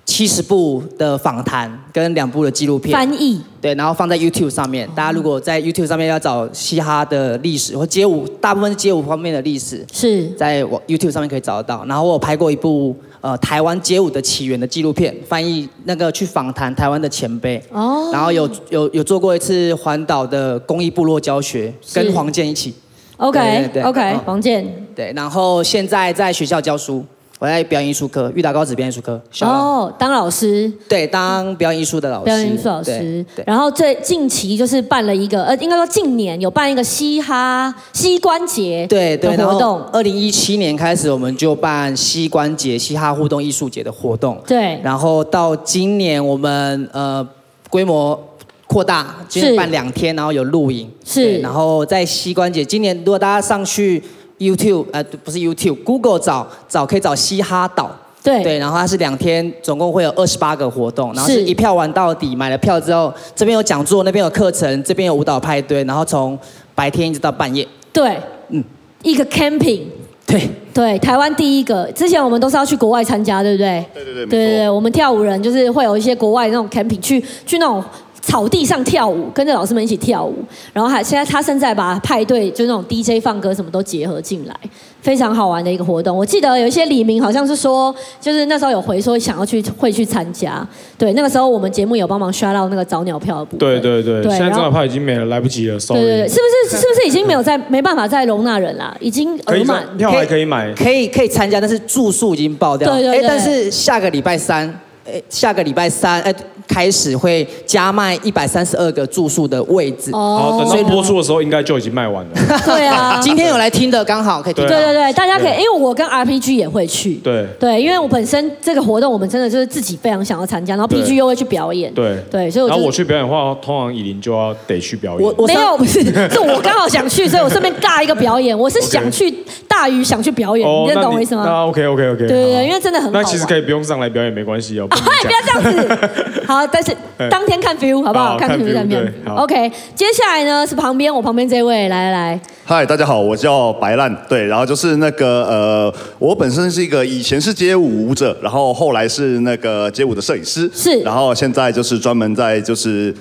Speaker 8: 七十部的访谈跟两部的纪录片，
Speaker 1: 翻译哦
Speaker 8: 对，然后放在 YouTube 上面。大家如果在 YouTube 上面要找嘻哈的历史或街舞，大部分是街舞方面的历史，
Speaker 1: 是
Speaker 8: 在我 YouTube 上面可以找得到。然后我有拍过一部呃台湾街舞的起源的纪录片，翻译那个去访谈台湾的前辈。
Speaker 1: 哦
Speaker 8: 然后有有有做过一次环岛的公益部落教学，
Speaker 1: 是
Speaker 8: 跟黄健一起。对
Speaker 1: OK
Speaker 8: 对对
Speaker 1: OK，
Speaker 8: 嗯
Speaker 1: 王健
Speaker 8: 对，然后现在在学校教书，我在表演艺术科，裕达高职表演艺术科。小哦，
Speaker 1: 哦，当老师，
Speaker 8: 对，当表演艺术的老师。
Speaker 1: 表演艺术老师
Speaker 8: 对，对。
Speaker 1: 然后最近期就是办了一个，呃，应该说近年有办一个嘻哈膝关节
Speaker 8: 对对，
Speaker 1: 的
Speaker 8: 然
Speaker 1: 活
Speaker 8: 后
Speaker 1: 动，
Speaker 8: 二零一七年开始，我们就办膝关节嘻哈互动艺术节的活动。
Speaker 1: 对
Speaker 8: 然后到今年我们呃规模扩大，今
Speaker 1: 是
Speaker 8: 天办两天，然后有露营，
Speaker 1: 是
Speaker 8: 对然后在膝关节，今年如果大家上去 YouTube 呃不是 YouTube，Google 找找可以找嘻哈岛。
Speaker 1: 对
Speaker 8: 对，然后它是两天，总共会有二十八个活动，然后
Speaker 1: 是
Speaker 8: 是一票玩到底。买了票之后，这边有讲座，那边有课程，这边有舞蹈派对，然后从白天一直到半夜。
Speaker 1: 对，嗯，一个 camping。
Speaker 8: 对，
Speaker 1: 对，台湾第一个，之前我们都是要去国外参加，对不对？对对对，对对我们跳舞人就是会有一些国外那种 camping，去去那种草地上跳舞，跟着老师们一起跳舞，然后还现在他现在把派对就是那种 DJ 放歌什么都结合进来，非常好玩的一个活动。我记得有一些李明好像是说，就是那时候有回说想要去会去参加，对，那个时候我们节目有帮忙刷到那个早鸟票的部分，
Speaker 2: 对对对，现在
Speaker 1: 然
Speaker 2: 这
Speaker 1: 后
Speaker 2: 张票已经没了，来不及了
Speaker 1: 对对
Speaker 2: ，sorry
Speaker 1: 对，是。不是是哦不是已经没有 在没办法再容纳人啦？已经
Speaker 2: 可
Speaker 1: 额
Speaker 2: 以
Speaker 1: 满。
Speaker 2: 票还可以买，
Speaker 8: 可以可以参加，但是住宿已经爆掉了。
Speaker 1: 对对对
Speaker 8: 哎但是下个礼拜三，哎，下个礼拜三，哎，开始会加卖一百三十二个住宿的位置。
Speaker 2: 好，
Speaker 1: 哦
Speaker 2: 等到播出的时候应该就已经卖完了。
Speaker 1: 对啊，
Speaker 8: 今天有来听的，刚好可以听
Speaker 2: 对
Speaker 8: 到。
Speaker 1: 对对对，大家可以，
Speaker 2: 对
Speaker 1: 因为我跟 RPG 也会去。
Speaker 2: 对
Speaker 1: 对，因为我本身这个活动，我们真的就是自己非常想要参加，然后
Speaker 2: 对
Speaker 1: PG 又会去表演。
Speaker 2: 对
Speaker 1: 对，所以我
Speaker 2: 然后
Speaker 1: 就是
Speaker 2: 我去表演的话，通常以琳就要得去表演。
Speaker 8: 我我
Speaker 1: 没
Speaker 8: 上
Speaker 1: 有，不 是，是我刚好想去，所以我顺便尬一个表演。我是想去大于想去表演，
Speaker 2: 哦，
Speaker 1: 你
Speaker 2: 那
Speaker 1: 能懂我意思
Speaker 2: 那
Speaker 1: 吗？
Speaker 2: OK OK OK。
Speaker 1: 对对对，因为真的很好
Speaker 2: 那
Speaker 1: 玩。
Speaker 2: 其实可以不用上来表演没关系哦。不能
Speaker 1: 哎，不
Speaker 2: 讲
Speaker 1: 要 这样子。好，但是当天看 feel 好不好？
Speaker 2: 好
Speaker 1: 看
Speaker 2: 哦看
Speaker 1: feel
Speaker 2: feel，
Speaker 1: 再面
Speaker 2: 对。好
Speaker 1: OK，接下来呢是旁边我旁边这位，来来来，
Speaker 9: 嗨，大家好，我叫白烂，对，然后就是那个呃，我本身是一个以前是街舞舞者，然后后来是那个街舞的摄影师，
Speaker 1: 是
Speaker 9: 然后现在就是专门在就是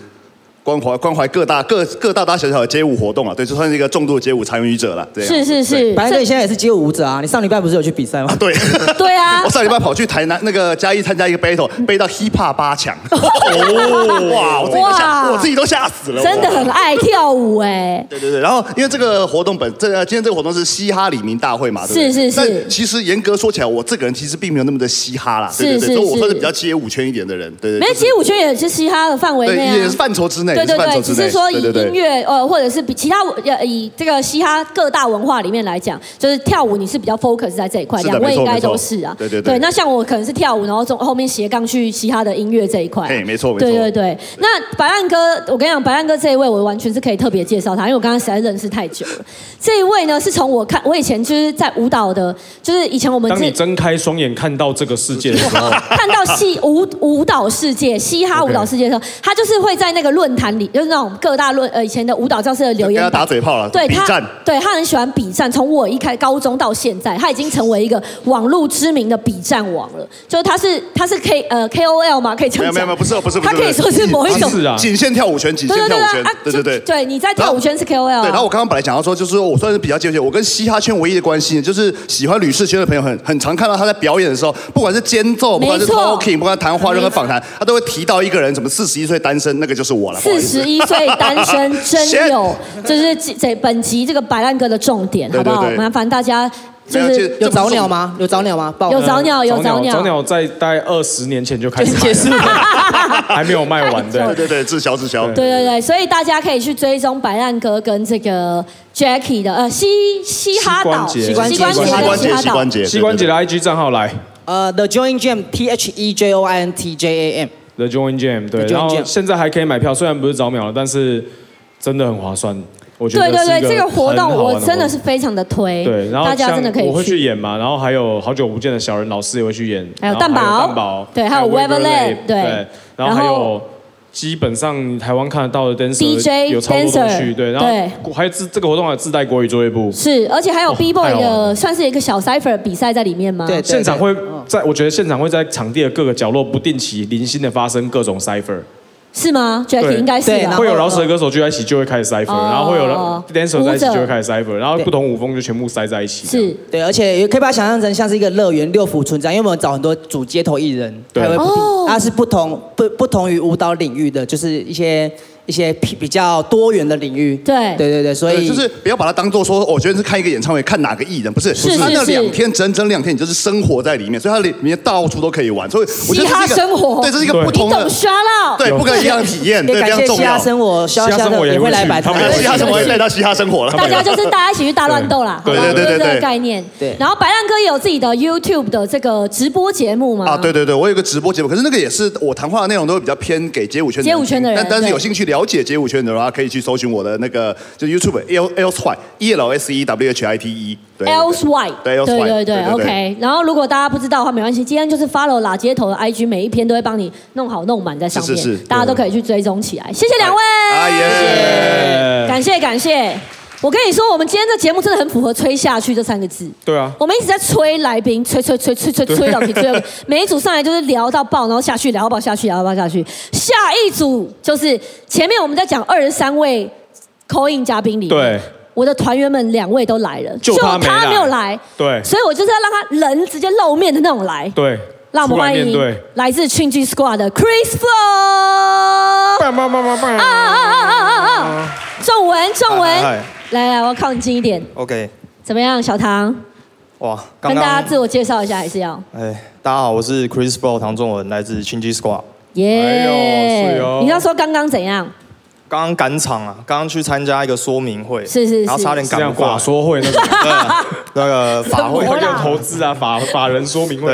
Speaker 9: 关怀关怀各大各各大大小小的街舞活动啊，对，就算是一个重度的街舞参与者了，对，啊
Speaker 1: 是是是，
Speaker 8: 白队
Speaker 1: 这
Speaker 8: 现在也是街舞舞者啊，你上礼拜不是有去比赛吗？
Speaker 9: 对，
Speaker 1: 对 啊
Speaker 9: 我，上礼拜跑去台南那个嘉义参加一个 battle，背到 hip hop 八 强，哦，哇，我自己都
Speaker 1: 哇
Speaker 9: 吓，我自己都吓死了，
Speaker 1: 真的很爱跳舞哎。
Speaker 9: 对对对，然后因为这个活动本这个今天这个活动是嘻哈李明大会嘛，对不对
Speaker 1: 是是是
Speaker 9: 但其实严格说起来，我这个人其实并没有那么的嘻哈啦，
Speaker 1: 是
Speaker 9: 对对
Speaker 1: 是
Speaker 9: 对，所以我
Speaker 1: 是
Speaker 9: 算是比较街舞圈一点的人，对对。
Speaker 1: 没有，
Speaker 9: 就是
Speaker 1: 街舞圈也是嘻哈的范围
Speaker 9: 对
Speaker 1: 内啊，
Speaker 9: 也是范畴之内
Speaker 1: 对对
Speaker 9: 也是范
Speaker 1: 对，
Speaker 9: 畴
Speaker 1: 只
Speaker 9: 之内
Speaker 1: 是说以
Speaker 9: 对对对
Speaker 1: 音乐呃，或者是比其他文呃以这个嘻哈各大文化里面来讲，就是跳舞你是比较 focus 在这一块，
Speaker 9: 是的
Speaker 1: 两位
Speaker 9: 没错
Speaker 1: 应该
Speaker 9: 没错
Speaker 1: 都是啊。
Speaker 9: 对对对
Speaker 1: 那像我可能是跳舞，然后从后面斜杠去嘻哈的音乐这一块啊。
Speaker 9: 嘿没错没错
Speaker 1: 对对对，那白岸哥，我跟你讲，白岸哥这一位我完全是可以特别介绍他，因为我刚刚实在认识太久了。这一位呢是从我看我以前就是在舞蹈的，就是以 前我们
Speaker 2: 当你
Speaker 1: 是。
Speaker 2: 睁开双眼看到这个世界的时候，
Speaker 1: 看到戏舞舞蹈世界、嘻哈舞蹈世界的时候，他就是会在那个论坛里，就是那种各大论呃以前的舞蹈教室的留
Speaker 9: 跟
Speaker 1: 言
Speaker 9: 他
Speaker 1: 板
Speaker 9: 打嘴炮了，
Speaker 1: 对
Speaker 9: 比
Speaker 1: 他
Speaker 9: 战。，
Speaker 1: 对他很喜欢比战。从我一开高中到现在，他已经成为一个网络知名的比战王了。就是他是他是 K 呃 KOL 嘛，可以这
Speaker 9: 没有
Speaker 1: 样讲。
Speaker 9: 没有没有，不是哦不是不
Speaker 1: 他
Speaker 9: 是，
Speaker 1: 可以说是某一种
Speaker 2: 是啊
Speaker 9: 仅限跳舞圈，仅限跳
Speaker 1: 对对
Speaker 9: 舞
Speaker 1: 对
Speaker 9: 圈
Speaker 1: 啊，，
Speaker 9: 对
Speaker 1: 就
Speaker 9: 对对。
Speaker 1: 对，你在跳舞圈是 KOL 啊。
Speaker 9: 对，然后我刚刚本来讲到说，就是说我算是比较接近，我跟嘻哈圈唯一的关系就是喜欢吕氏圈的朋友很很常看到他在表演的时候，不管是间奏，不管是
Speaker 1: 没错
Speaker 9: talking，不管是谈话，任何访谈，他都会提到一个人，什么四十一岁单身，那个就是我了。不好
Speaker 1: 四
Speaker 9: 意思
Speaker 1: 十一岁单 身真
Speaker 9: Shit
Speaker 1: 有，就是这本集这个白烂哥的重点，好
Speaker 9: 对
Speaker 1: 不
Speaker 9: 对
Speaker 1: 好？
Speaker 9: 对
Speaker 1: 麻烦大家就
Speaker 9: 没有
Speaker 1: 是
Speaker 9: 这
Speaker 8: 有早鸟吗？有早鸟吗？报
Speaker 1: 有早鸟，有
Speaker 2: 早早鸟在大概二十年前就开始卖
Speaker 8: 结束
Speaker 2: 了， 还没有卖完，对
Speaker 9: 对对对，志晓志晓，
Speaker 1: 对对对，所以大家可以去追踪白烂哥跟这个 Jackie 的呃西嘻哈岛
Speaker 2: 膝关节
Speaker 1: 关
Speaker 2: 膝
Speaker 1: 节
Speaker 9: 膝关节，
Speaker 1: 的嘻
Speaker 9: 膝
Speaker 1: 哈岛
Speaker 9: 关。节，
Speaker 2: 膝关节的 IG 账号来，
Speaker 8: 呃，The Join Jam T H E J O I N T J A M。
Speaker 2: The Join Jam，对，
Speaker 8: The Join
Speaker 2: 然后
Speaker 8: Jam
Speaker 2: 现在还可以买票，虽然不是早秒了，但是真的很划算。我觉得
Speaker 1: 对对对，
Speaker 2: 是一
Speaker 1: 这个活动
Speaker 2: 很好玩
Speaker 1: 我
Speaker 2: 的
Speaker 1: 真的是非常的推，
Speaker 2: 对，然后
Speaker 1: 大家
Speaker 2: 像
Speaker 1: 真的可
Speaker 2: 我会
Speaker 1: 以
Speaker 2: 去。演嘛，然后还有好久不见的小人老师也会去演，
Speaker 1: 还有
Speaker 2: 然后
Speaker 1: 蛋堡
Speaker 2: 蛋宝，
Speaker 1: 对还有
Speaker 2: Weber
Speaker 1: Weberland，
Speaker 2: Lab，
Speaker 1: 对
Speaker 2: 然后
Speaker 1: 然
Speaker 2: 还有
Speaker 1: 后
Speaker 2: 基本上台湾看得到的 dancer
Speaker 1: DJ
Speaker 2: 有超多东
Speaker 1: dancer，
Speaker 2: 西，对，然后
Speaker 1: 对
Speaker 2: 还有自这个活动还有自带国语作业部，
Speaker 1: 是，而且还有 B
Speaker 2: 哦太
Speaker 1: boy
Speaker 2: 好玩
Speaker 1: 的，算是一个小 cipher 比赛在里面吗？
Speaker 8: 对
Speaker 2: 现场会在，我觉得现场会在场地的各个角落不定期零星的发生各种 cipher，
Speaker 1: 是吗？Jacky
Speaker 2: 对
Speaker 1: 应该是
Speaker 8: 对
Speaker 1: 吧
Speaker 8: 然后
Speaker 2: 会有饶舌歌手聚在一起就会开始 cipher，
Speaker 1: 哦
Speaker 2: 然后会有
Speaker 1: 哦
Speaker 2: dancer 在一起
Speaker 1: 舞者
Speaker 2: 就会开始 cipher，然后
Speaker 8: 对
Speaker 2: 不同舞风就全部塞在一起，
Speaker 1: 是
Speaker 8: 对，而且也可以把它想象成像是一个乐园六福村这样，因为我们找很多主街头艺人，
Speaker 2: 对
Speaker 8: 他会不
Speaker 1: 哦
Speaker 8: 停，他是不同不不同于舞蹈领域的，就是一些一些比比较多元的领域。
Speaker 1: 对
Speaker 8: 对对对，所
Speaker 9: 对，
Speaker 8: 以
Speaker 9: 就是不要把它当做说，哦我觉得是看一个演唱会，看哪个艺人，不是，
Speaker 1: 是
Speaker 9: 他
Speaker 1: 是
Speaker 9: 那
Speaker 1: 是
Speaker 9: 两天整整两天，你就是生活在里面，所以它里面到处都可以玩，所以我觉得
Speaker 1: 嘻哈
Speaker 9: 这是一个
Speaker 1: 生活
Speaker 9: 对，这是一个
Speaker 2: 对
Speaker 9: 不
Speaker 1: 你
Speaker 9: 同
Speaker 1: 懂
Speaker 9: 的，
Speaker 1: 刷到？
Speaker 9: 对，不可以一样的体验，
Speaker 8: 也
Speaker 9: 对，非
Speaker 8: 感
Speaker 9: 常
Speaker 8: 谢
Speaker 9: 重
Speaker 8: 嘻哈
Speaker 9: 要。
Speaker 8: 生活，嘻
Speaker 2: 嘻哈生活也
Speaker 8: 也
Speaker 2: 会
Speaker 8: 会来
Speaker 2: 去
Speaker 8: 摆
Speaker 2: 他
Speaker 8: 摊
Speaker 2: 们。也
Speaker 9: 对，
Speaker 2: 会
Speaker 9: 嘻哈生活
Speaker 1: 对
Speaker 9: 也带到嘻哈生活了，
Speaker 1: 大家就是大家一起去大乱斗啦，
Speaker 9: 对对对对对
Speaker 1: 这个概念。
Speaker 8: 对
Speaker 1: 然后白浪哥也有自己的 YouTube 的这个直播节目嘛？
Speaker 9: 啊，对对对，我有一个直播节目，可是那个也是我谈话的内容都会比较偏给街舞圈的
Speaker 1: 街舞圈的人
Speaker 9: 听但但是
Speaker 1: 对
Speaker 9: 有兴趣了解街舞圈的话，可以去搜寻我的那个就 YouTube L L S Y E L S E W H I T E 对。对
Speaker 1: Else White，
Speaker 9: 对 Else
Speaker 1: 对
Speaker 9: White，
Speaker 1: 对
Speaker 9: 对对对
Speaker 1: OK。然后如果大家不知道的话，没关系，今天就是 follow 拉街头的 IG，每一篇都会帮你弄好弄满在上面，
Speaker 9: 是是是
Speaker 1: 大家都可以去追踪起来。谢谢两位，
Speaker 2: 啊
Speaker 9: 哎耶
Speaker 1: 感谢感谢。我跟你说，我们今天这节目真的很符合“吹下去”这三个字。
Speaker 2: 对啊，
Speaker 1: 我们一直在吹来宾，吹吹吹吹吹吹到底，吹到 底。每一组上来就是聊到爆，然后下去聊到爆，下去聊到爆，下去。下一组就是前面我们在讲二十三位 call in 嘉宾里面，
Speaker 2: 对
Speaker 1: 我的团员们两位都来了，
Speaker 2: 就他没来
Speaker 1: 没有来，
Speaker 2: 对
Speaker 1: 所以我就是要让他人直接露面的那种来。
Speaker 2: 对，
Speaker 1: 让我们
Speaker 2: 出来
Speaker 1: 欢
Speaker 2: 面
Speaker 1: 迎
Speaker 2: 对。
Speaker 1: 来自庆剧 Squad 的 Chris Flow。
Speaker 2: 棒棒棒棒棒
Speaker 1: 啊啊啊啊啊啊！仲文，仲文，
Speaker 10: 嗨嗨
Speaker 1: 来来，我要靠你近一点，
Speaker 10: OK，
Speaker 1: 怎么样，小唐？
Speaker 10: 哇，刚
Speaker 1: 跟
Speaker 10: 刚
Speaker 1: 大家自我介绍一下，还是要
Speaker 10: 哎，大家好，我是 Chris Bro 唐仲文，来自 Chingy Squad。
Speaker 2: 哎呦是
Speaker 1: 耶
Speaker 2: 哦！
Speaker 1: 你要说刚刚怎 样？
Speaker 10: 刚刚赶场啊，刚刚去参加一个说明会，
Speaker 1: 是是是
Speaker 10: 然后差点
Speaker 2: 这
Speaker 10: 赶
Speaker 2: 样
Speaker 10: 不过
Speaker 2: 法
Speaker 10: 来
Speaker 2: 说会那种，
Speaker 10: 对啊那个法会
Speaker 1: 什，么
Speaker 2: 有
Speaker 1: 啦
Speaker 2: 投资 啊，法法人说明会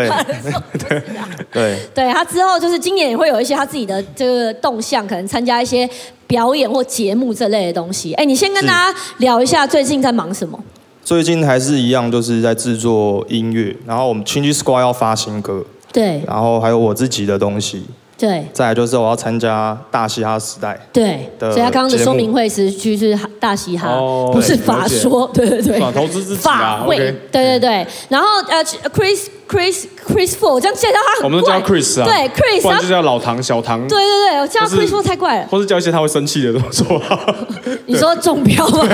Speaker 10: 对， 对
Speaker 1: 对他之后就是今年也会有一些他自己的这个动向，可能参加一些表演或节目这类的东西。哎，你先跟
Speaker 10: 是
Speaker 1: 大家聊一下最近在忙什么？
Speaker 10: 最近还是一样，就是在制作音乐，然后我们 Chingy Squad 要发新歌，
Speaker 1: 对
Speaker 2: 啊
Speaker 10: 然后还有我自己的东西，
Speaker 1: 对
Speaker 10: 再来就是我要参加大嘻哈时代，
Speaker 1: 对，
Speaker 10: 的
Speaker 1: 所以他刚刚的
Speaker 10: 节目
Speaker 1: 说明会时区是大嘻哈，
Speaker 2: 哦
Speaker 1: 不是
Speaker 2: 对
Speaker 1: 法
Speaker 2: 了解
Speaker 1: 说，对对对，
Speaker 2: 法投资自己
Speaker 1: 法
Speaker 2: 啊
Speaker 1: 会，
Speaker 2: ，OK
Speaker 1: 对对对。然后呃，Chris Chris Chris Four，我这样介绍他很怪，
Speaker 2: 我们都叫 Chris 啊，
Speaker 1: 对
Speaker 2: 不
Speaker 1: Chris，
Speaker 2: 然就
Speaker 1: 他
Speaker 2: 叫老唐、小唐，
Speaker 1: 对对对，我叫
Speaker 2: 或是
Speaker 1: 他 Chris Four 太怪了。
Speaker 2: 或是叫一些他会生气的都说好。
Speaker 1: 你说中标吗？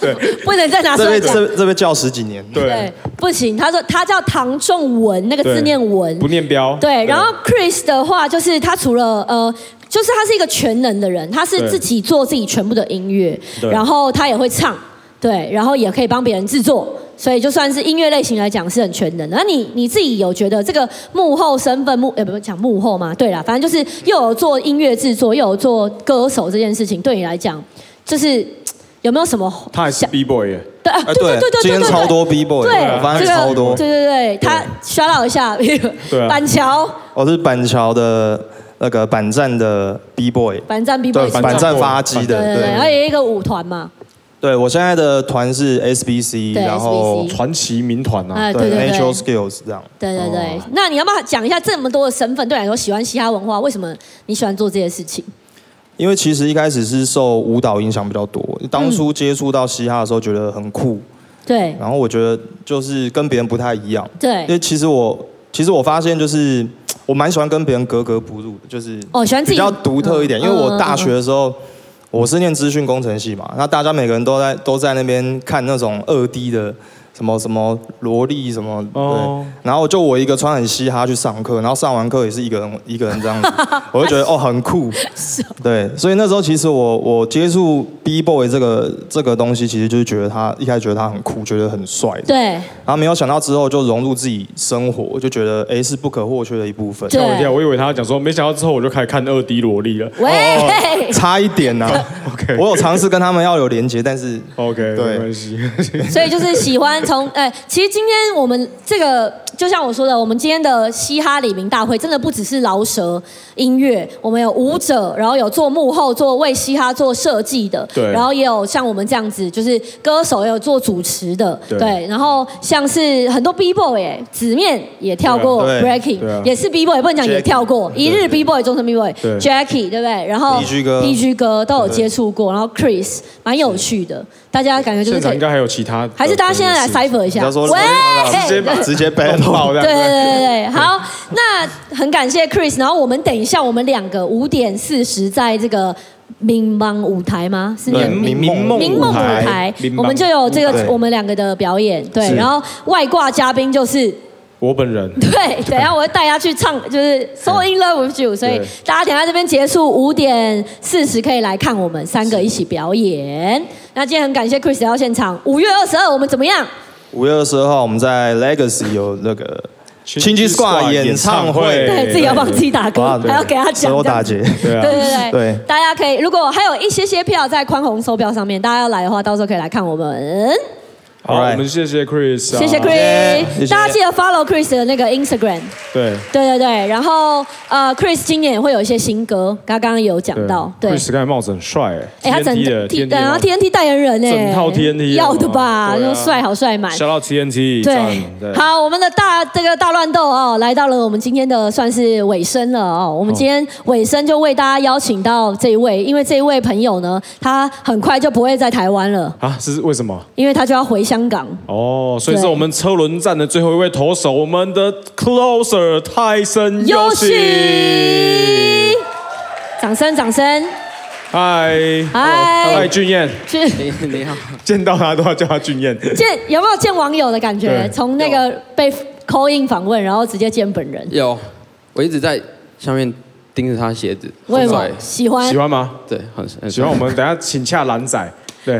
Speaker 1: 对，不能再拿出
Speaker 10: 这
Speaker 1: 来
Speaker 10: 被
Speaker 1: 讲。
Speaker 10: 这这被叫十几年，
Speaker 2: 对
Speaker 1: 对，不行，他说他叫唐仲文，那个
Speaker 2: 对
Speaker 1: 字念文，
Speaker 2: 不念标。
Speaker 1: 对，然后 Chris 的话，就是他除了呃，就是他是一个全能的人，他是
Speaker 2: 对
Speaker 1: 自己做自己全部的音乐，
Speaker 2: 对
Speaker 1: 然后他也会唱，对，然后也可以帮别人制作，所以就算是音乐类型来讲是很全能的。那你你自己有觉得这个幕后身份幕呃不讲幕后嘛？对啦，反正就是又有做音乐制作，又有做歌手这件事情，对你来讲就是。有没有什么 想？
Speaker 2: 他还是 B boy 耶，
Speaker 1: 对啊，
Speaker 10: 哎
Speaker 1: 对对对对，
Speaker 10: 今天
Speaker 1: 对
Speaker 10: 超多 B boy，
Speaker 1: 对，
Speaker 10: 我发现
Speaker 1: 这个
Speaker 10: 超多，
Speaker 1: 对对对，他刷到一下，
Speaker 2: 对啊
Speaker 1: 板桥
Speaker 10: 我哦是板桥的那个板站的 B boy，
Speaker 1: 板站 B
Speaker 10: 对
Speaker 1: boy，
Speaker 10: 板站发机
Speaker 1: 对
Speaker 10: 的，
Speaker 1: 对对，然后
Speaker 10: 对
Speaker 1: 也有一个舞团嘛，
Speaker 10: 对，我现在的团是 SBC，
Speaker 1: 对
Speaker 10: 然后
Speaker 1: SBC
Speaker 2: 传奇民团啊，
Speaker 1: 哎对
Speaker 10: 对
Speaker 1: 对
Speaker 10: Natural
Speaker 1: 对。
Speaker 10: Skills 这样。
Speaker 1: 对对
Speaker 10: 哦
Speaker 1: 对，那你要不要讲一下这么多的身份？对你来说，喜欢嘻哈文化，为什么你喜欢做这些事情？
Speaker 10: 因为其实一开始是受舞蹈影响比较多，当初
Speaker 1: 嗯
Speaker 10: 接触到嘻哈的时候觉得很酷，
Speaker 1: 对
Speaker 10: 然后我觉得就是跟别人不太一样，因
Speaker 1: 对，
Speaker 10: 为其实我其实我发现就是我蛮喜欢跟别人格格不入的，就是
Speaker 1: 哦喜欢自己
Speaker 10: 比较独特一点，
Speaker 1: 嗯
Speaker 10: 因为我大学的时候。我是念资讯工程系嘛，那大家每个人都在都在那边看那种二 D 的什么什么萝莉什么，对，
Speaker 2: 哦
Speaker 10: 然后就我一个穿很嘻哈去上课，然后上完课也是一个人一个人这 样子，我就觉得哦很酷，对，所以那时候其实我我接触 B boy 这个这个东西，其实就是觉得他一开始觉得他很酷，觉得很帅，然
Speaker 1: 对
Speaker 10: 后没有想到之后就融入自己生活，就觉得哎是不可或缺的一部分，
Speaker 1: 对
Speaker 2: 吓我一跳，我以为他要讲说，没想到之后我就开始看二 D 萝莉了。
Speaker 1: 喂，
Speaker 10: 哦差一点啊 呐、
Speaker 2: OK
Speaker 10: 我有尝试跟他们要有连接，但是
Speaker 2: OK，
Speaker 10: 对
Speaker 2: 没关系。
Speaker 1: 所以就是喜欢从哎、其实今天我们这个，就像我说的，我们今天的嘻哈李明大会真的不只是饶舌音乐，我们有舞者，然后有做幕后、做为嘻哈做设计的，
Speaker 11: 对
Speaker 1: 然后也有像我们这样子，就是歌手也有做主持的，
Speaker 11: 对
Speaker 1: 然后像是很多 B boy 哎，子面也跳过
Speaker 11: 对啊对
Speaker 1: breaking，、
Speaker 11: 对啊
Speaker 1: 也是 B boy，不能讲也
Speaker 11: Jackie
Speaker 1: 跳过，一日 B boy，终身 B
Speaker 11: 对
Speaker 1: boy，Jackie 对不对？然后
Speaker 2: PG 哥
Speaker 1: PG 哥都有
Speaker 2: 对
Speaker 1: 接触过，然后 Chris 蛮有趣的，大家感觉就
Speaker 2: 现
Speaker 1: 是可
Speaker 2: 场
Speaker 1: 以
Speaker 2: 应该还有其他的，
Speaker 1: 还是大家现在来 cipher 一下。
Speaker 2: 人家说
Speaker 1: 喂，
Speaker 2: 直接把
Speaker 3: 直接 battle
Speaker 2: 爆的，
Speaker 1: 对对对对对，好，那很感谢 Chris，然后我们等一下，我们两个五点四十在这个。民邦舞台吗？是
Speaker 11: 对
Speaker 1: 民
Speaker 11: 民梦
Speaker 1: 民梦舞
Speaker 11: 舞
Speaker 1: 台
Speaker 11: 台，民
Speaker 1: 我
Speaker 11: 邦
Speaker 1: 们就有这
Speaker 11: 对
Speaker 1: 个我们两个的表演，对，
Speaker 2: 是
Speaker 1: 然后外挂嘉宾就是
Speaker 2: 我本人。
Speaker 1: 对，等一下我会带他去唱，就是《So in Love with You》，所以
Speaker 2: 对
Speaker 1: 大家等一下这边结束五点四十可以来看我们三个一起表演。那今天很感谢 Chris 来到现场，五月二十二我们怎么样？
Speaker 10: 五月二十二号，我们在 Legacy 有那个 Chingy Squad 演唱会，
Speaker 1: 对自己要帮自己打歌
Speaker 10: 哇对
Speaker 1: 还要给他讲
Speaker 10: 手打劫，对
Speaker 2: 啊
Speaker 1: 对对对
Speaker 10: 对，
Speaker 1: 大家可以如果还有一些些票在宽宏售票上面，大家要来的话，到时候可以来看我们。
Speaker 2: 好，我们谢谢 Chris，啊
Speaker 1: 谢谢 Chris，大家记得 follow Chris 的那个 Instagram。
Speaker 2: 对。
Speaker 1: 对对对，然后呃，Chris 今年也会有一些新歌，刚刚有讲到，对。
Speaker 2: Chris 刚才帽子很帅，
Speaker 1: 哎，他整
Speaker 2: TNT 的
Speaker 1: T
Speaker 2: 的
Speaker 1: 然后 TNT 代言人哎，
Speaker 2: 整套 TNT
Speaker 1: 要的吧，
Speaker 2: 对啊
Speaker 1: 就帅好帅满。
Speaker 2: 小到 TNT，赞
Speaker 1: 对，，好，我们的大这个大乱斗哦，来到了我们今天的算是尾声了哦。我们今天尾声就为大家邀请到这一位，因为这一位朋友呢，他很快就不会在台湾了，
Speaker 2: 啊，是为什么？
Speaker 1: 因为他就要回香港。
Speaker 2: 哦，所以是
Speaker 1: 对
Speaker 2: 我们车轮战的最后一位投手，我们的 closer 泰森
Speaker 1: 尤
Speaker 2: 尤西。
Speaker 1: 掌声，掌声！
Speaker 2: 嗨，
Speaker 1: 嗨
Speaker 2: 嗨，俊彦，
Speaker 1: 俊，
Speaker 2: 你好，见到他都要叫他俊彦，
Speaker 1: 见有没有见网友的感觉？
Speaker 12: 对
Speaker 1: 从那个被 call in 访问，然后直接见本人。
Speaker 12: 有，我一直在下面盯着他的鞋子。
Speaker 1: 为什么
Speaker 12: 很帅
Speaker 1: 喜欢喜
Speaker 2: 喜欢吗？
Speaker 12: 对，很很
Speaker 2: 喜欢我们，等下请洽蓝仔，对，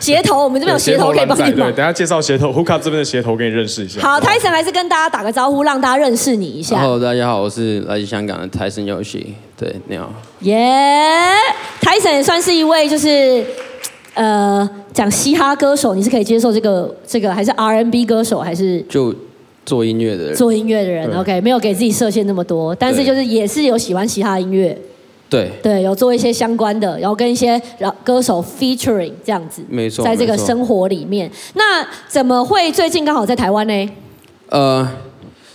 Speaker 1: 鞋头，我们这边有鞋头可以帮你
Speaker 2: 对，
Speaker 1: 买。
Speaker 2: 等下介绍鞋头 h o o 这边的鞋头给你认识一下。
Speaker 1: 好，泰森还是跟大家打个招呼，让大家认识你一
Speaker 12: 然
Speaker 1: 下。
Speaker 12: 后大家好，我是来自香港的泰森游戏。对，你好。
Speaker 1: 耶、泰森也算是一位就是呃讲嘻哈歌手，你是可以接受这个这个，还是 R&B 歌手，还是
Speaker 12: 就做音乐的人。
Speaker 1: 做音乐的人
Speaker 12: 对
Speaker 1: ？OK，没有给自己设限那么多，但是
Speaker 12: 对
Speaker 1: 就是也是有喜欢嘻哈音乐，
Speaker 12: 对，
Speaker 1: 对，有做一些相关的，然后跟一些饶歌手 featuring 这样子，
Speaker 12: 没错
Speaker 1: 在这个
Speaker 12: 没错
Speaker 1: 生活里面，那怎么会最近刚好在台湾呢？
Speaker 12: 呃，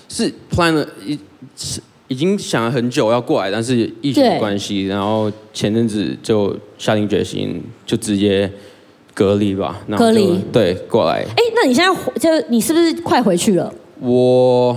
Speaker 12: 是 plan 了一是已经想了很久要过来，但是疫情
Speaker 1: 对
Speaker 12: 的关系，然后前阵子就下定决心，就直接隔离吧。然后就
Speaker 1: 隔离
Speaker 12: 对，过来。
Speaker 1: 哎，那你现在回就是你是不是快回去了？
Speaker 12: 我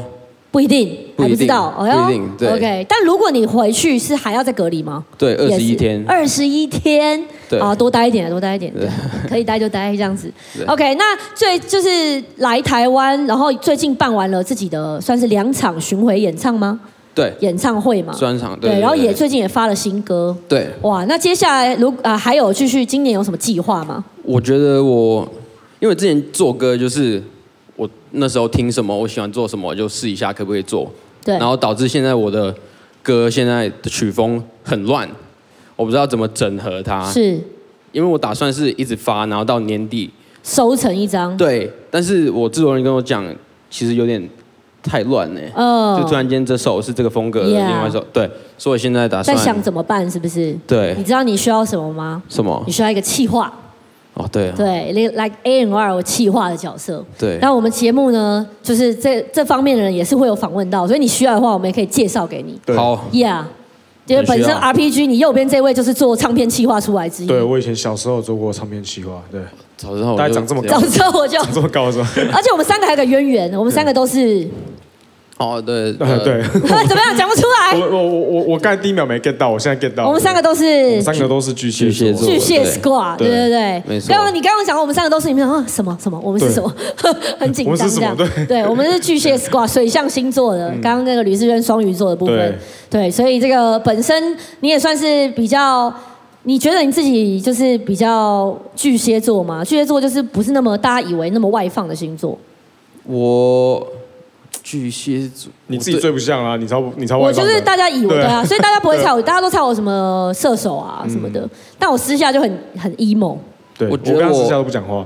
Speaker 1: 不一定，
Speaker 12: 不
Speaker 1: 还
Speaker 12: 一定
Speaker 1: 不知道。哦
Speaker 12: 不一定对
Speaker 1: OK，但如果你回去是还要再隔离吗？
Speaker 12: 对二十一天，
Speaker 1: 二十一天，
Speaker 12: 对
Speaker 1: 啊，多待一点，多待一点，
Speaker 12: 对
Speaker 1: 可以待就待这样子
Speaker 12: 对。
Speaker 1: OK，那最就是来台湾，然后最近办完了自己的算是两场巡回演唱吗？
Speaker 12: 对
Speaker 1: 演唱会嘛，
Speaker 12: 专场对对
Speaker 1: 然后
Speaker 12: 对
Speaker 1: 也最近也发了新歌，
Speaker 12: 对，
Speaker 1: 哇，那接下来如啊、还有继续今年有什么计划吗？
Speaker 12: 我觉得我，因为之前做歌就是我那时候听什么，我喜欢做什么，我就试一下可不可以做。
Speaker 1: 对
Speaker 12: 然后导致现在我的歌现在的曲风很乱，我不知道怎么整合它。
Speaker 1: 是
Speaker 12: 因为我打算是一直发，然后到年底。
Speaker 1: 收成一张，
Speaker 12: 对，但是我制作人跟我讲，其实有点太乱呢。
Speaker 1: 嗯
Speaker 12: 就突然间这首是这个风格的
Speaker 1: Yeah
Speaker 12: 另外一首对，所以我现在打
Speaker 1: 在
Speaker 12: 算
Speaker 1: 想怎么办，是不是？
Speaker 12: 对
Speaker 1: 你知道你需要什么吗？
Speaker 12: 什么
Speaker 1: 你？需要一个企划，
Speaker 12: 哦，对啊，
Speaker 1: 对，like A N R 有企划的角色。
Speaker 12: 对
Speaker 1: 那我们节目呢，就是这这方面的人也是会有访问到，所以你需要的话，我们也可以介绍给你。
Speaker 12: 好，
Speaker 1: Yeah，就是本
Speaker 2: 很需
Speaker 1: 身
Speaker 2: 要
Speaker 1: RPG，你右边这位就是做唱片企划出来之一。
Speaker 2: 对，我以前小时候有做过唱片企划，对，
Speaker 12: 早知道
Speaker 2: 大概长这么高，
Speaker 1: 早知道我就啊
Speaker 2: 长这么高是 吧？
Speaker 1: 而且我们三个还有个渊源，我们三个都是哎
Speaker 12: 哦，对，
Speaker 2: 呃 对，
Speaker 1: 怎么样讲不出来？
Speaker 2: 我我我我我刚才第一秒没 get 到，我现在 get 到了。
Speaker 1: 我们三个都
Speaker 2: 我
Speaker 1: 是
Speaker 2: 们三个都是巨蟹座
Speaker 1: 巨蟹 squad，对对对，刚刚你刚刚讲过我们三个都是，你们想啊什么什么，我们是
Speaker 2: 对
Speaker 1: 什么， 很紧张
Speaker 2: 我们是什
Speaker 1: 这
Speaker 2: 么。
Speaker 1: 样
Speaker 2: 对嗯
Speaker 1: 对，我们是巨蟹 squad，水象星座的。刚刚那个吕志轩双鱼座的部分，对，所以这个本身你也算是比较。你觉得你自己就是比较巨蟹座吗？巨蟹座就是不是那么大家以为那么外放的星座。
Speaker 12: 我巨蟹座，
Speaker 2: 你自己最不像啊，你超你超
Speaker 1: 我
Speaker 2: 外放
Speaker 1: 就
Speaker 2: 的嗯
Speaker 1: 是大家以为对 啊，所以大家不会猜啊
Speaker 2: 对
Speaker 1: 我，大家都猜我什么射手啊什么的，但我私下就很很 emo。嗯
Speaker 2: 对，
Speaker 12: 我
Speaker 2: 我
Speaker 12: 觉得
Speaker 2: 刚刚私
Speaker 12: 我
Speaker 2: 下都不讲话。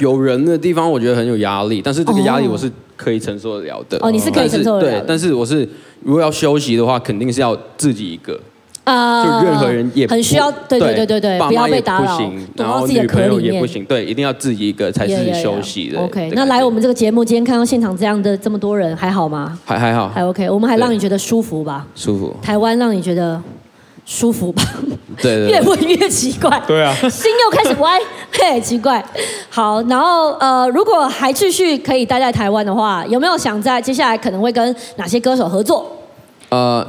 Speaker 12: 有人的地方，我觉得很有压力，但是这个压力我是可以承受得了的。
Speaker 1: 哦你是可以承受得了的
Speaker 12: 但是对，但是我是如果要休息的话，肯定是要自己一个，
Speaker 1: 啊
Speaker 12: 就任何人也不
Speaker 1: 呃很需要，对对对对对，
Speaker 12: 爸
Speaker 1: 不要
Speaker 12: 妈也
Speaker 1: 被打
Speaker 12: 不
Speaker 1: 扰
Speaker 12: 行，，
Speaker 1: 躲
Speaker 12: 然
Speaker 1: 到
Speaker 12: 后
Speaker 1: 自己的
Speaker 12: 女
Speaker 1: 壳
Speaker 12: 朋友
Speaker 1: 里
Speaker 12: 也
Speaker 1: 面
Speaker 12: 不。行，对，一定要自己一个才是休息的。
Speaker 1: OK，那来我们这个节目，今天看到现场这样的这么多人，还好吗？
Speaker 12: 还还好，
Speaker 1: 还 OK，我们还让你觉得舒服吧？
Speaker 12: 舒服，
Speaker 1: 台湾让你觉得舒服吧？
Speaker 12: 对 对对
Speaker 1: 越问越奇怪。
Speaker 12: 对啊
Speaker 1: 心又开始歪， 嘿，奇怪。好，然后呃，如果还继续可以待在台湾的话，有没有想在接下来可能会跟哪些歌手合作？
Speaker 12: 呃，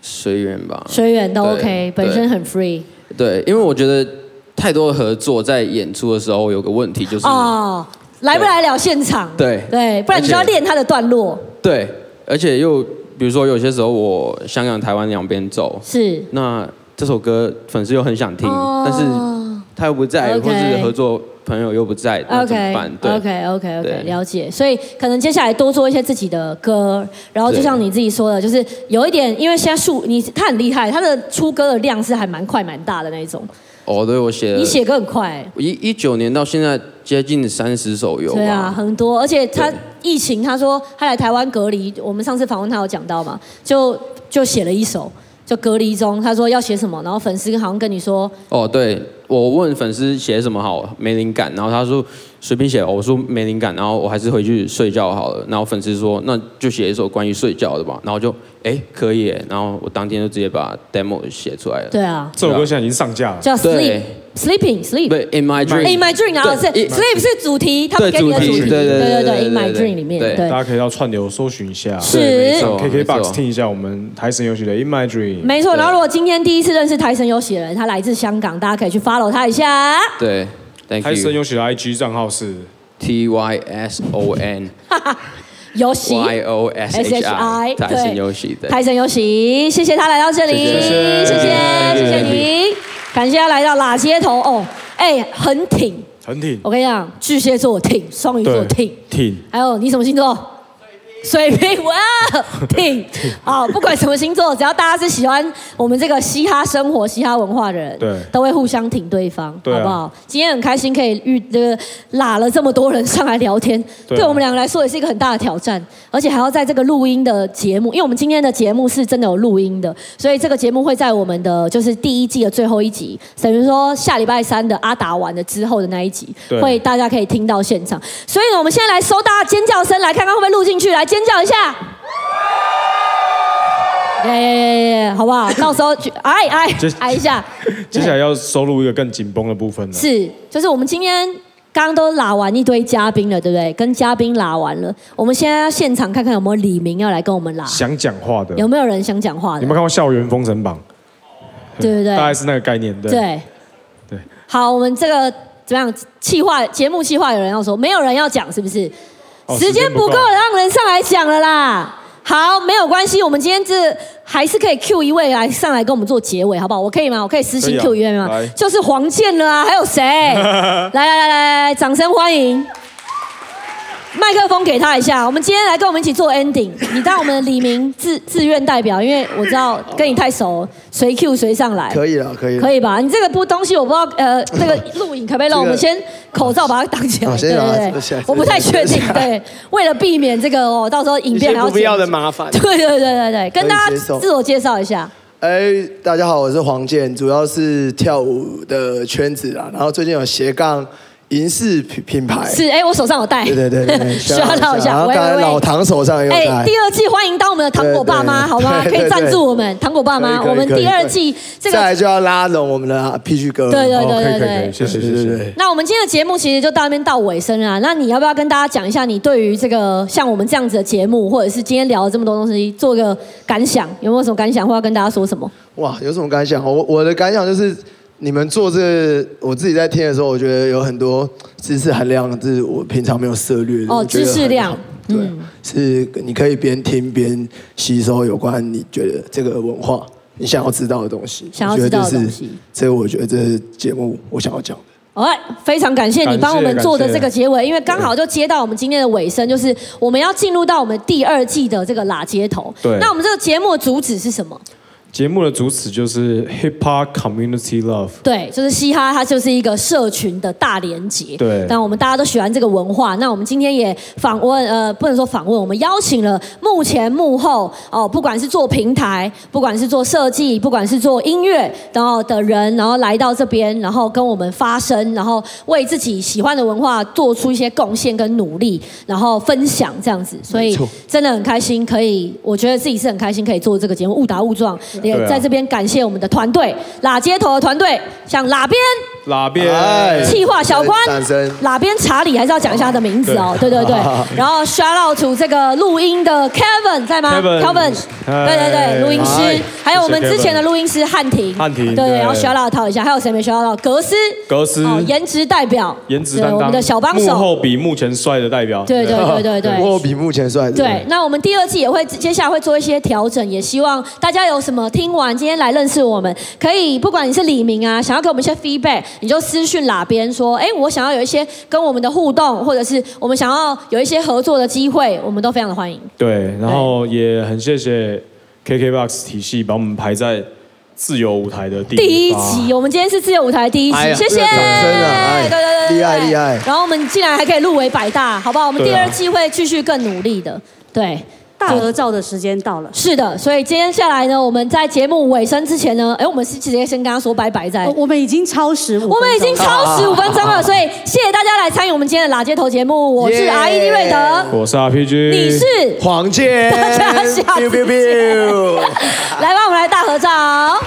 Speaker 12: 随缘吧，
Speaker 1: 随缘都
Speaker 12: 啊对
Speaker 1: OK，
Speaker 12: 对
Speaker 1: 本身很 free
Speaker 12: 对，因为我觉得太多合作在演出的时候有个问题就是，
Speaker 1: 哦，来不来了现场？
Speaker 12: 对
Speaker 1: 对，不然你就要
Speaker 12: 而且
Speaker 1: 练他的段落。
Speaker 12: 对，而且又比如说有些时候我香港、台湾两边走，
Speaker 1: 是哦
Speaker 12: 那这首歌粉丝又很想听，但是他又不在
Speaker 1: OK
Speaker 12: 或是合作朋友又不在，那怎么
Speaker 1: OK
Speaker 12: 办？对
Speaker 1: OK OK OK，
Speaker 12: 对
Speaker 1: 了解。所以可能接下来多做一些自己的歌，然后就
Speaker 12: 对
Speaker 1: 像你自己说的，就是有一点，因为现在数你他很厉害，他的出歌的量是还蛮快蛮大的那一种。
Speaker 12: 哦，对我写了，
Speaker 1: 你写歌很快、欸，
Speaker 12: 一一九年到现在接近三十首有
Speaker 1: 对
Speaker 12: 吧？
Speaker 1: 啊，很多。而且他疫情，他说他来台湾隔离，我们上次访问他有讲到嘛，就就写了一首，就隔离中，他说要写什么，然后粉丝好像跟你说，
Speaker 12: 哦，对，我问粉丝写什么好，没灵感，然后他说随便写，哦我说没灵感，然后我还是回去睡觉好了。然后粉丝说那就写一首关于睡觉的吧，然后我就哎可以耶，然后我当天就直接把 demo 写出来了。
Speaker 1: 对啊
Speaker 2: 这首歌现在已经上架了，
Speaker 1: 叫 sleep
Speaker 12: 对
Speaker 1: sleeping sleep。
Speaker 12: 对，In My Dream。
Speaker 1: In my dream，然后是
Speaker 12: 对
Speaker 1: sleep 是主题，他们
Speaker 12: 对
Speaker 1: 给你的主
Speaker 12: 主
Speaker 1: 题，
Speaker 12: 题对对
Speaker 1: 对
Speaker 12: 对
Speaker 1: 对
Speaker 12: 对
Speaker 1: ，In my
Speaker 12: 对
Speaker 1: dream 里面，
Speaker 2: 大
Speaker 1: 对，
Speaker 2: 家可以到串流搜寻一下，
Speaker 1: 是对没错
Speaker 2: 上
Speaker 12: 没
Speaker 2: KKBOX
Speaker 12: 错
Speaker 2: 听一下我们台神游戏的《In My Dream》。
Speaker 1: 没错。然后如果今天第一次认识台神有喜人，他来自香港，大家可以去 follow 他一下。
Speaker 12: 对，Thank
Speaker 2: 台神
Speaker 12: you。
Speaker 2: 游戏的 IG 账号是
Speaker 12: T Y S O N
Speaker 1: 有喜
Speaker 12: Y O S H I，
Speaker 1: SHI
Speaker 12: 台神游戏的。
Speaker 1: 台神有喜，谢谢他来到这里，谢
Speaker 12: 谢谢
Speaker 1: 谢
Speaker 12: 谢谢
Speaker 1: 谢谢你，感谢他来到拉街头哦，哎，很挺，
Speaker 2: 很挺
Speaker 1: 我跟你讲，巨蟹座挺，双鱼座挺，
Speaker 2: 挺
Speaker 1: 还有你什么星座？水瓶，哇， 挺好，不管什么星座，只要大家是喜欢我们这个嘻哈生活、嘻哈文化的人，
Speaker 2: 对
Speaker 1: 都会互相挺对方，
Speaker 2: 对啊
Speaker 1: 好不好？今天很开心可以遇这个拉了这么多人上来聊天，
Speaker 2: 对啊
Speaker 1: 对我们两个来说也是一个很大的挑战，而且还要在这个录音的节目，因为我们今天的节目是真的有录音的，所以这个节目会在我们的就是第一季的最后一集，等于说下礼拜三的阿达完了之后的那一集，
Speaker 2: 对
Speaker 1: 会大家可以听到现场。所以呢，我们现在来收大家尖叫声，来看看会不会录进去，来尖叫一下。耶耶耶耶，好 不好？到时候去哎哎哎一下，
Speaker 2: 接下来要收录一个更紧绷的部分了。
Speaker 1: 是，就是我们今天刚刚都拉完一堆嘉宾了，对不对？跟嘉宾拉完了，我们现在要现场看看有没有李明要来跟我们拉，
Speaker 2: 想讲话的，
Speaker 1: 有没有人想讲话
Speaker 2: 你
Speaker 1: 的
Speaker 2: 们？看过《校园封神榜》？
Speaker 1: 对对对
Speaker 2: 大概是那个概念。对，
Speaker 1: 对
Speaker 2: 对。
Speaker 1: 好，我们这个怎么样？气话节目气话有人要说，没有人要讲，是不是？
Speaker 2: 哦
Speaker 1: 时间不
Speaker 2: 时间不
Speaker 1: 够，
Speaker 2: 够
Speaker 1: 让人上来讲了啦。好，没有关系，我们今天这还是可以 Q 一位来上来跟我们做结尾，好不好？我可以吗？我可以私信
Speaker 2: 可以啊
Speaker 1: Q 一位吗
Speaker 2: 来？
Speaker 1: 就是黄健了啊，还有 谁？来来来来来，掌声欢迎！麦克风给他一下。我们今天来跟我们一起做 ending。你当我们的李明自自愿代表，因为我知道跟你太熟，谁 Q 谁上来。
Speaker 11: 可以啊了，可以了，
Speaker 1: 可以吧？你这个不东西我不知道， 呃，这个录影可不可以让我们
Speaker 11: 这
Speaker 1: 先口罩把它挡起来？
Speaker 11: 啊
Speaker 1: 对
Speaker 11: 先把它
Speaker 1: 对
Speaker 11: 遮起
Speaker 1: 对
Speaker 11: 来，
Speaker 1: 我不太确定
Speaker 11: 遮起。来
Speaker 1: 对，为了避免这个哦，到时候影片还
Speaker 11: 一些
Speaker 1: 要
Speaker 11: 不必要的
Speaker 1: 剪辑
Speaker 11: 麻 烦
Speaker 1: 对对对对对，跟大家
Speaker 11: 可以接受
Speaker 1: 自我介绍一下。
Speaker 11: 哎，大家好，我是黄健，主要是跳舞的圈子啦，然后最近有斜杠银饰品品牌，
Speaker 1: 是，哎，我手上有带。
Speaker 11: 对对对对 对，
Speaker 1: 需要绕一
Speaker 11: 然
Speaker 1: 下。
Speaker 11: 后
Speaker 1: 喂
Speaker 11: 刚才
Speaker 1: 喂
Speaker 11: 老
Speaker 1: 喂。
Speaker 11: 唐手上也有
Speaker 1: 哎，
Speaker 11: 戴
Speaker 1: 第。二季欢迎当我们的糖果爸妈，
Speaker 11: 对对
Speaker 1: 好吗？可
Speaker 11: 对对
Speaker 1: 以
Speaker 11: 对
Speaker 1: 赞助我们糖果爸妈。
Speaker 11: 可以可以
Speaker 1: 我们
Speaker 11: 可以
Speaker 1: 第二季这
Speaker 11: 再
Speaker 1: 个
Speaker 11: 来就要拉拢我们的 PG 哥，
Speaker 1: 对对
Speaker 2: 哦，可
Speaker 1: 对
Speaker 2: 以可以
Speaker 1: 对
Speaker 2: 可以，
Speaker 1: 对。
Speaker 2: 谢谢
Speaker 11: 对
Speaker 2: 谢
Speaker 11: 对
Speaker 2: 谢。
Speaker 11: 对，
Speaker 1: 那我们今天的节目其实就到那边到尾声了啊。那你要不要跟大家讲一下你对于这个像我们这样子的节目，或者是今天聊了这么多东西，做个感想？有没有什么感想，或要跟大家说什么？
Speaker 11: 哇，有什么感想？我我的感想就是，你们做这个我自己在听的时候，我觉得有很多知识含量，是我平常没有涉略的。
Speaker 1: 哦
Speaker 11: 我觉得
Speaker 1: 知识
Speaker 11: 很
Speaker 1: 量嗯
Speaker 11: 好对，是你可以边听边吸收有关你觉得这个文化你想要知道的东西。
Speaker 1: 想要
Speaker 11: 我觉得
Speaker 1: 知道的
Speaker 11: 这是
Speaker 1: 东西，
Speaker 11: 这个我觉得这是节目我想要讲的。
Speaker 1: 好，非常感谢你帮我们做的这个结尾，因为刚好就接到我们今天的尾声，就是我们要进入到我们第二季的这个拉街头。
Speaker 2: 对
Speaker 1: 那我们这个节目的主旨是什么？
Speaker 2: 节目的主旨就是 hip hop community love。
Speaker 1: 对，就是嘻哈，它就是一个社群的大连结。
Speaker 2: 对
Speaker 1: 但我们大家都喜欢这个文化。那我们今天也访问，呃，不能说访问，我们邀请了幕前幕后哦，不管是做平台，不管是做设计，不管是做音乐，然后的人，然后来到这边，然后跟我们发声，然后为自己喜欢的文化做出一些贡献跟努力，然后分享这样子。所
Speaker 13: 没
Speaker 1: 以
Speaker 13: 错
Speaker 1: 真的很开心，可以，我觉得自己是很开心可以做这个节目，误打误撞，也
Speaker 2: 对啊
Speaker 1: 在这边感谢我们的团队，拉街头的团队，像拉边。
Speaker 2: 哪边？
Speaker 11: 哎
Speaker 1: 气化小关
Speaker 11: 掌声，
Speaker 1: 哪边查理还是要讲一下他的名字哦，对
Speaker 2: 哎对
Speaker 1: 对对
Speaker 2: 好。
Speaker 1: 然后 shout out to 这个录音的 Kevin 在吗
Speaker 2: Kevin 嗨
Speaker 1: 对对对，录音
Speaker 2: 嗨
Speaker 1: 师，还有我们
Speaker 2: 谢谢
Speaker 1: 之
Speaker 2: Kevin
Speaker 1: 前的录音师汉庭，
Speaker 2: 汉庭
Speaker 1: 对对，
Speaker 2: 对
Speaker 1: 然后 shout out 讨一下，还有谁没 shout out？格斯，
Speaker 2: 格斯
Speaker 1: 哦，颜值代表，
Speaker 2: 颜值
Speaker 1: 对
Speaker 2: 担当，
Speaker 1: 我们的小帮
Speaker 2: 幕
Speaker 1: 手。
Speaker 2: 后比目前帅的代表。
Speaker 1: 对对对对对
Speaker 11: 我比目前帅。
Speaker 1: 对，那我们第二季也会接下来会做一些调整，也希望大家有什么听完今天来认识我们，可以不管你是李明啊，想要给我们一些 feedback，你就私讯哪边说，哎，我想要有一些跟我们的互动，或者是我们想要有一些合作的机会，我们都非常的欢迎。
Speaker 2: 对，然后也很谢谢 KKBOX 体系把我们排在自由舞台的第
Speaker 1: 第一
Speaker 2: 发
Speaker 1: 集，我们今天是自由舞台第一集
Speaker 2: 哎，呀
Speaker 1: 谢谢，
Speaker 2: 热掌声啊哎
Speaker 1: 对对对对，
Speaker 2: 厉害
Speaker 1: 对
Speaker 2: 厉害
Speaker 1: 然后我们竟然还可以入围百大，好不好？我们第
Speaker 2: 对啊
Speaker 1: 二季会继续更努力的，对。
Speaker 14: 大合照的时间到了。
Speaker 1: 是的，所以接下来呢，我们在节目尾声之前呢，哎，我们是直接先跟他说拜拜再。
Speaker 14: 哦我们已经超时，
Speaker 1: 我们已经超时五分
Speaker 2: 啊
Speaker 1: 钟了，所以谢谢大家来参与我们今天的拉街头节目，我是 R E D 瑞德，
Speaker 2: 我是 RPG，
Speaker 1: 你是
Speaker 11: 黄健
Speaker 1: 大家下次见
Speaker 11: biu biu biu
Speaker 1: 来吧，我们来大合照。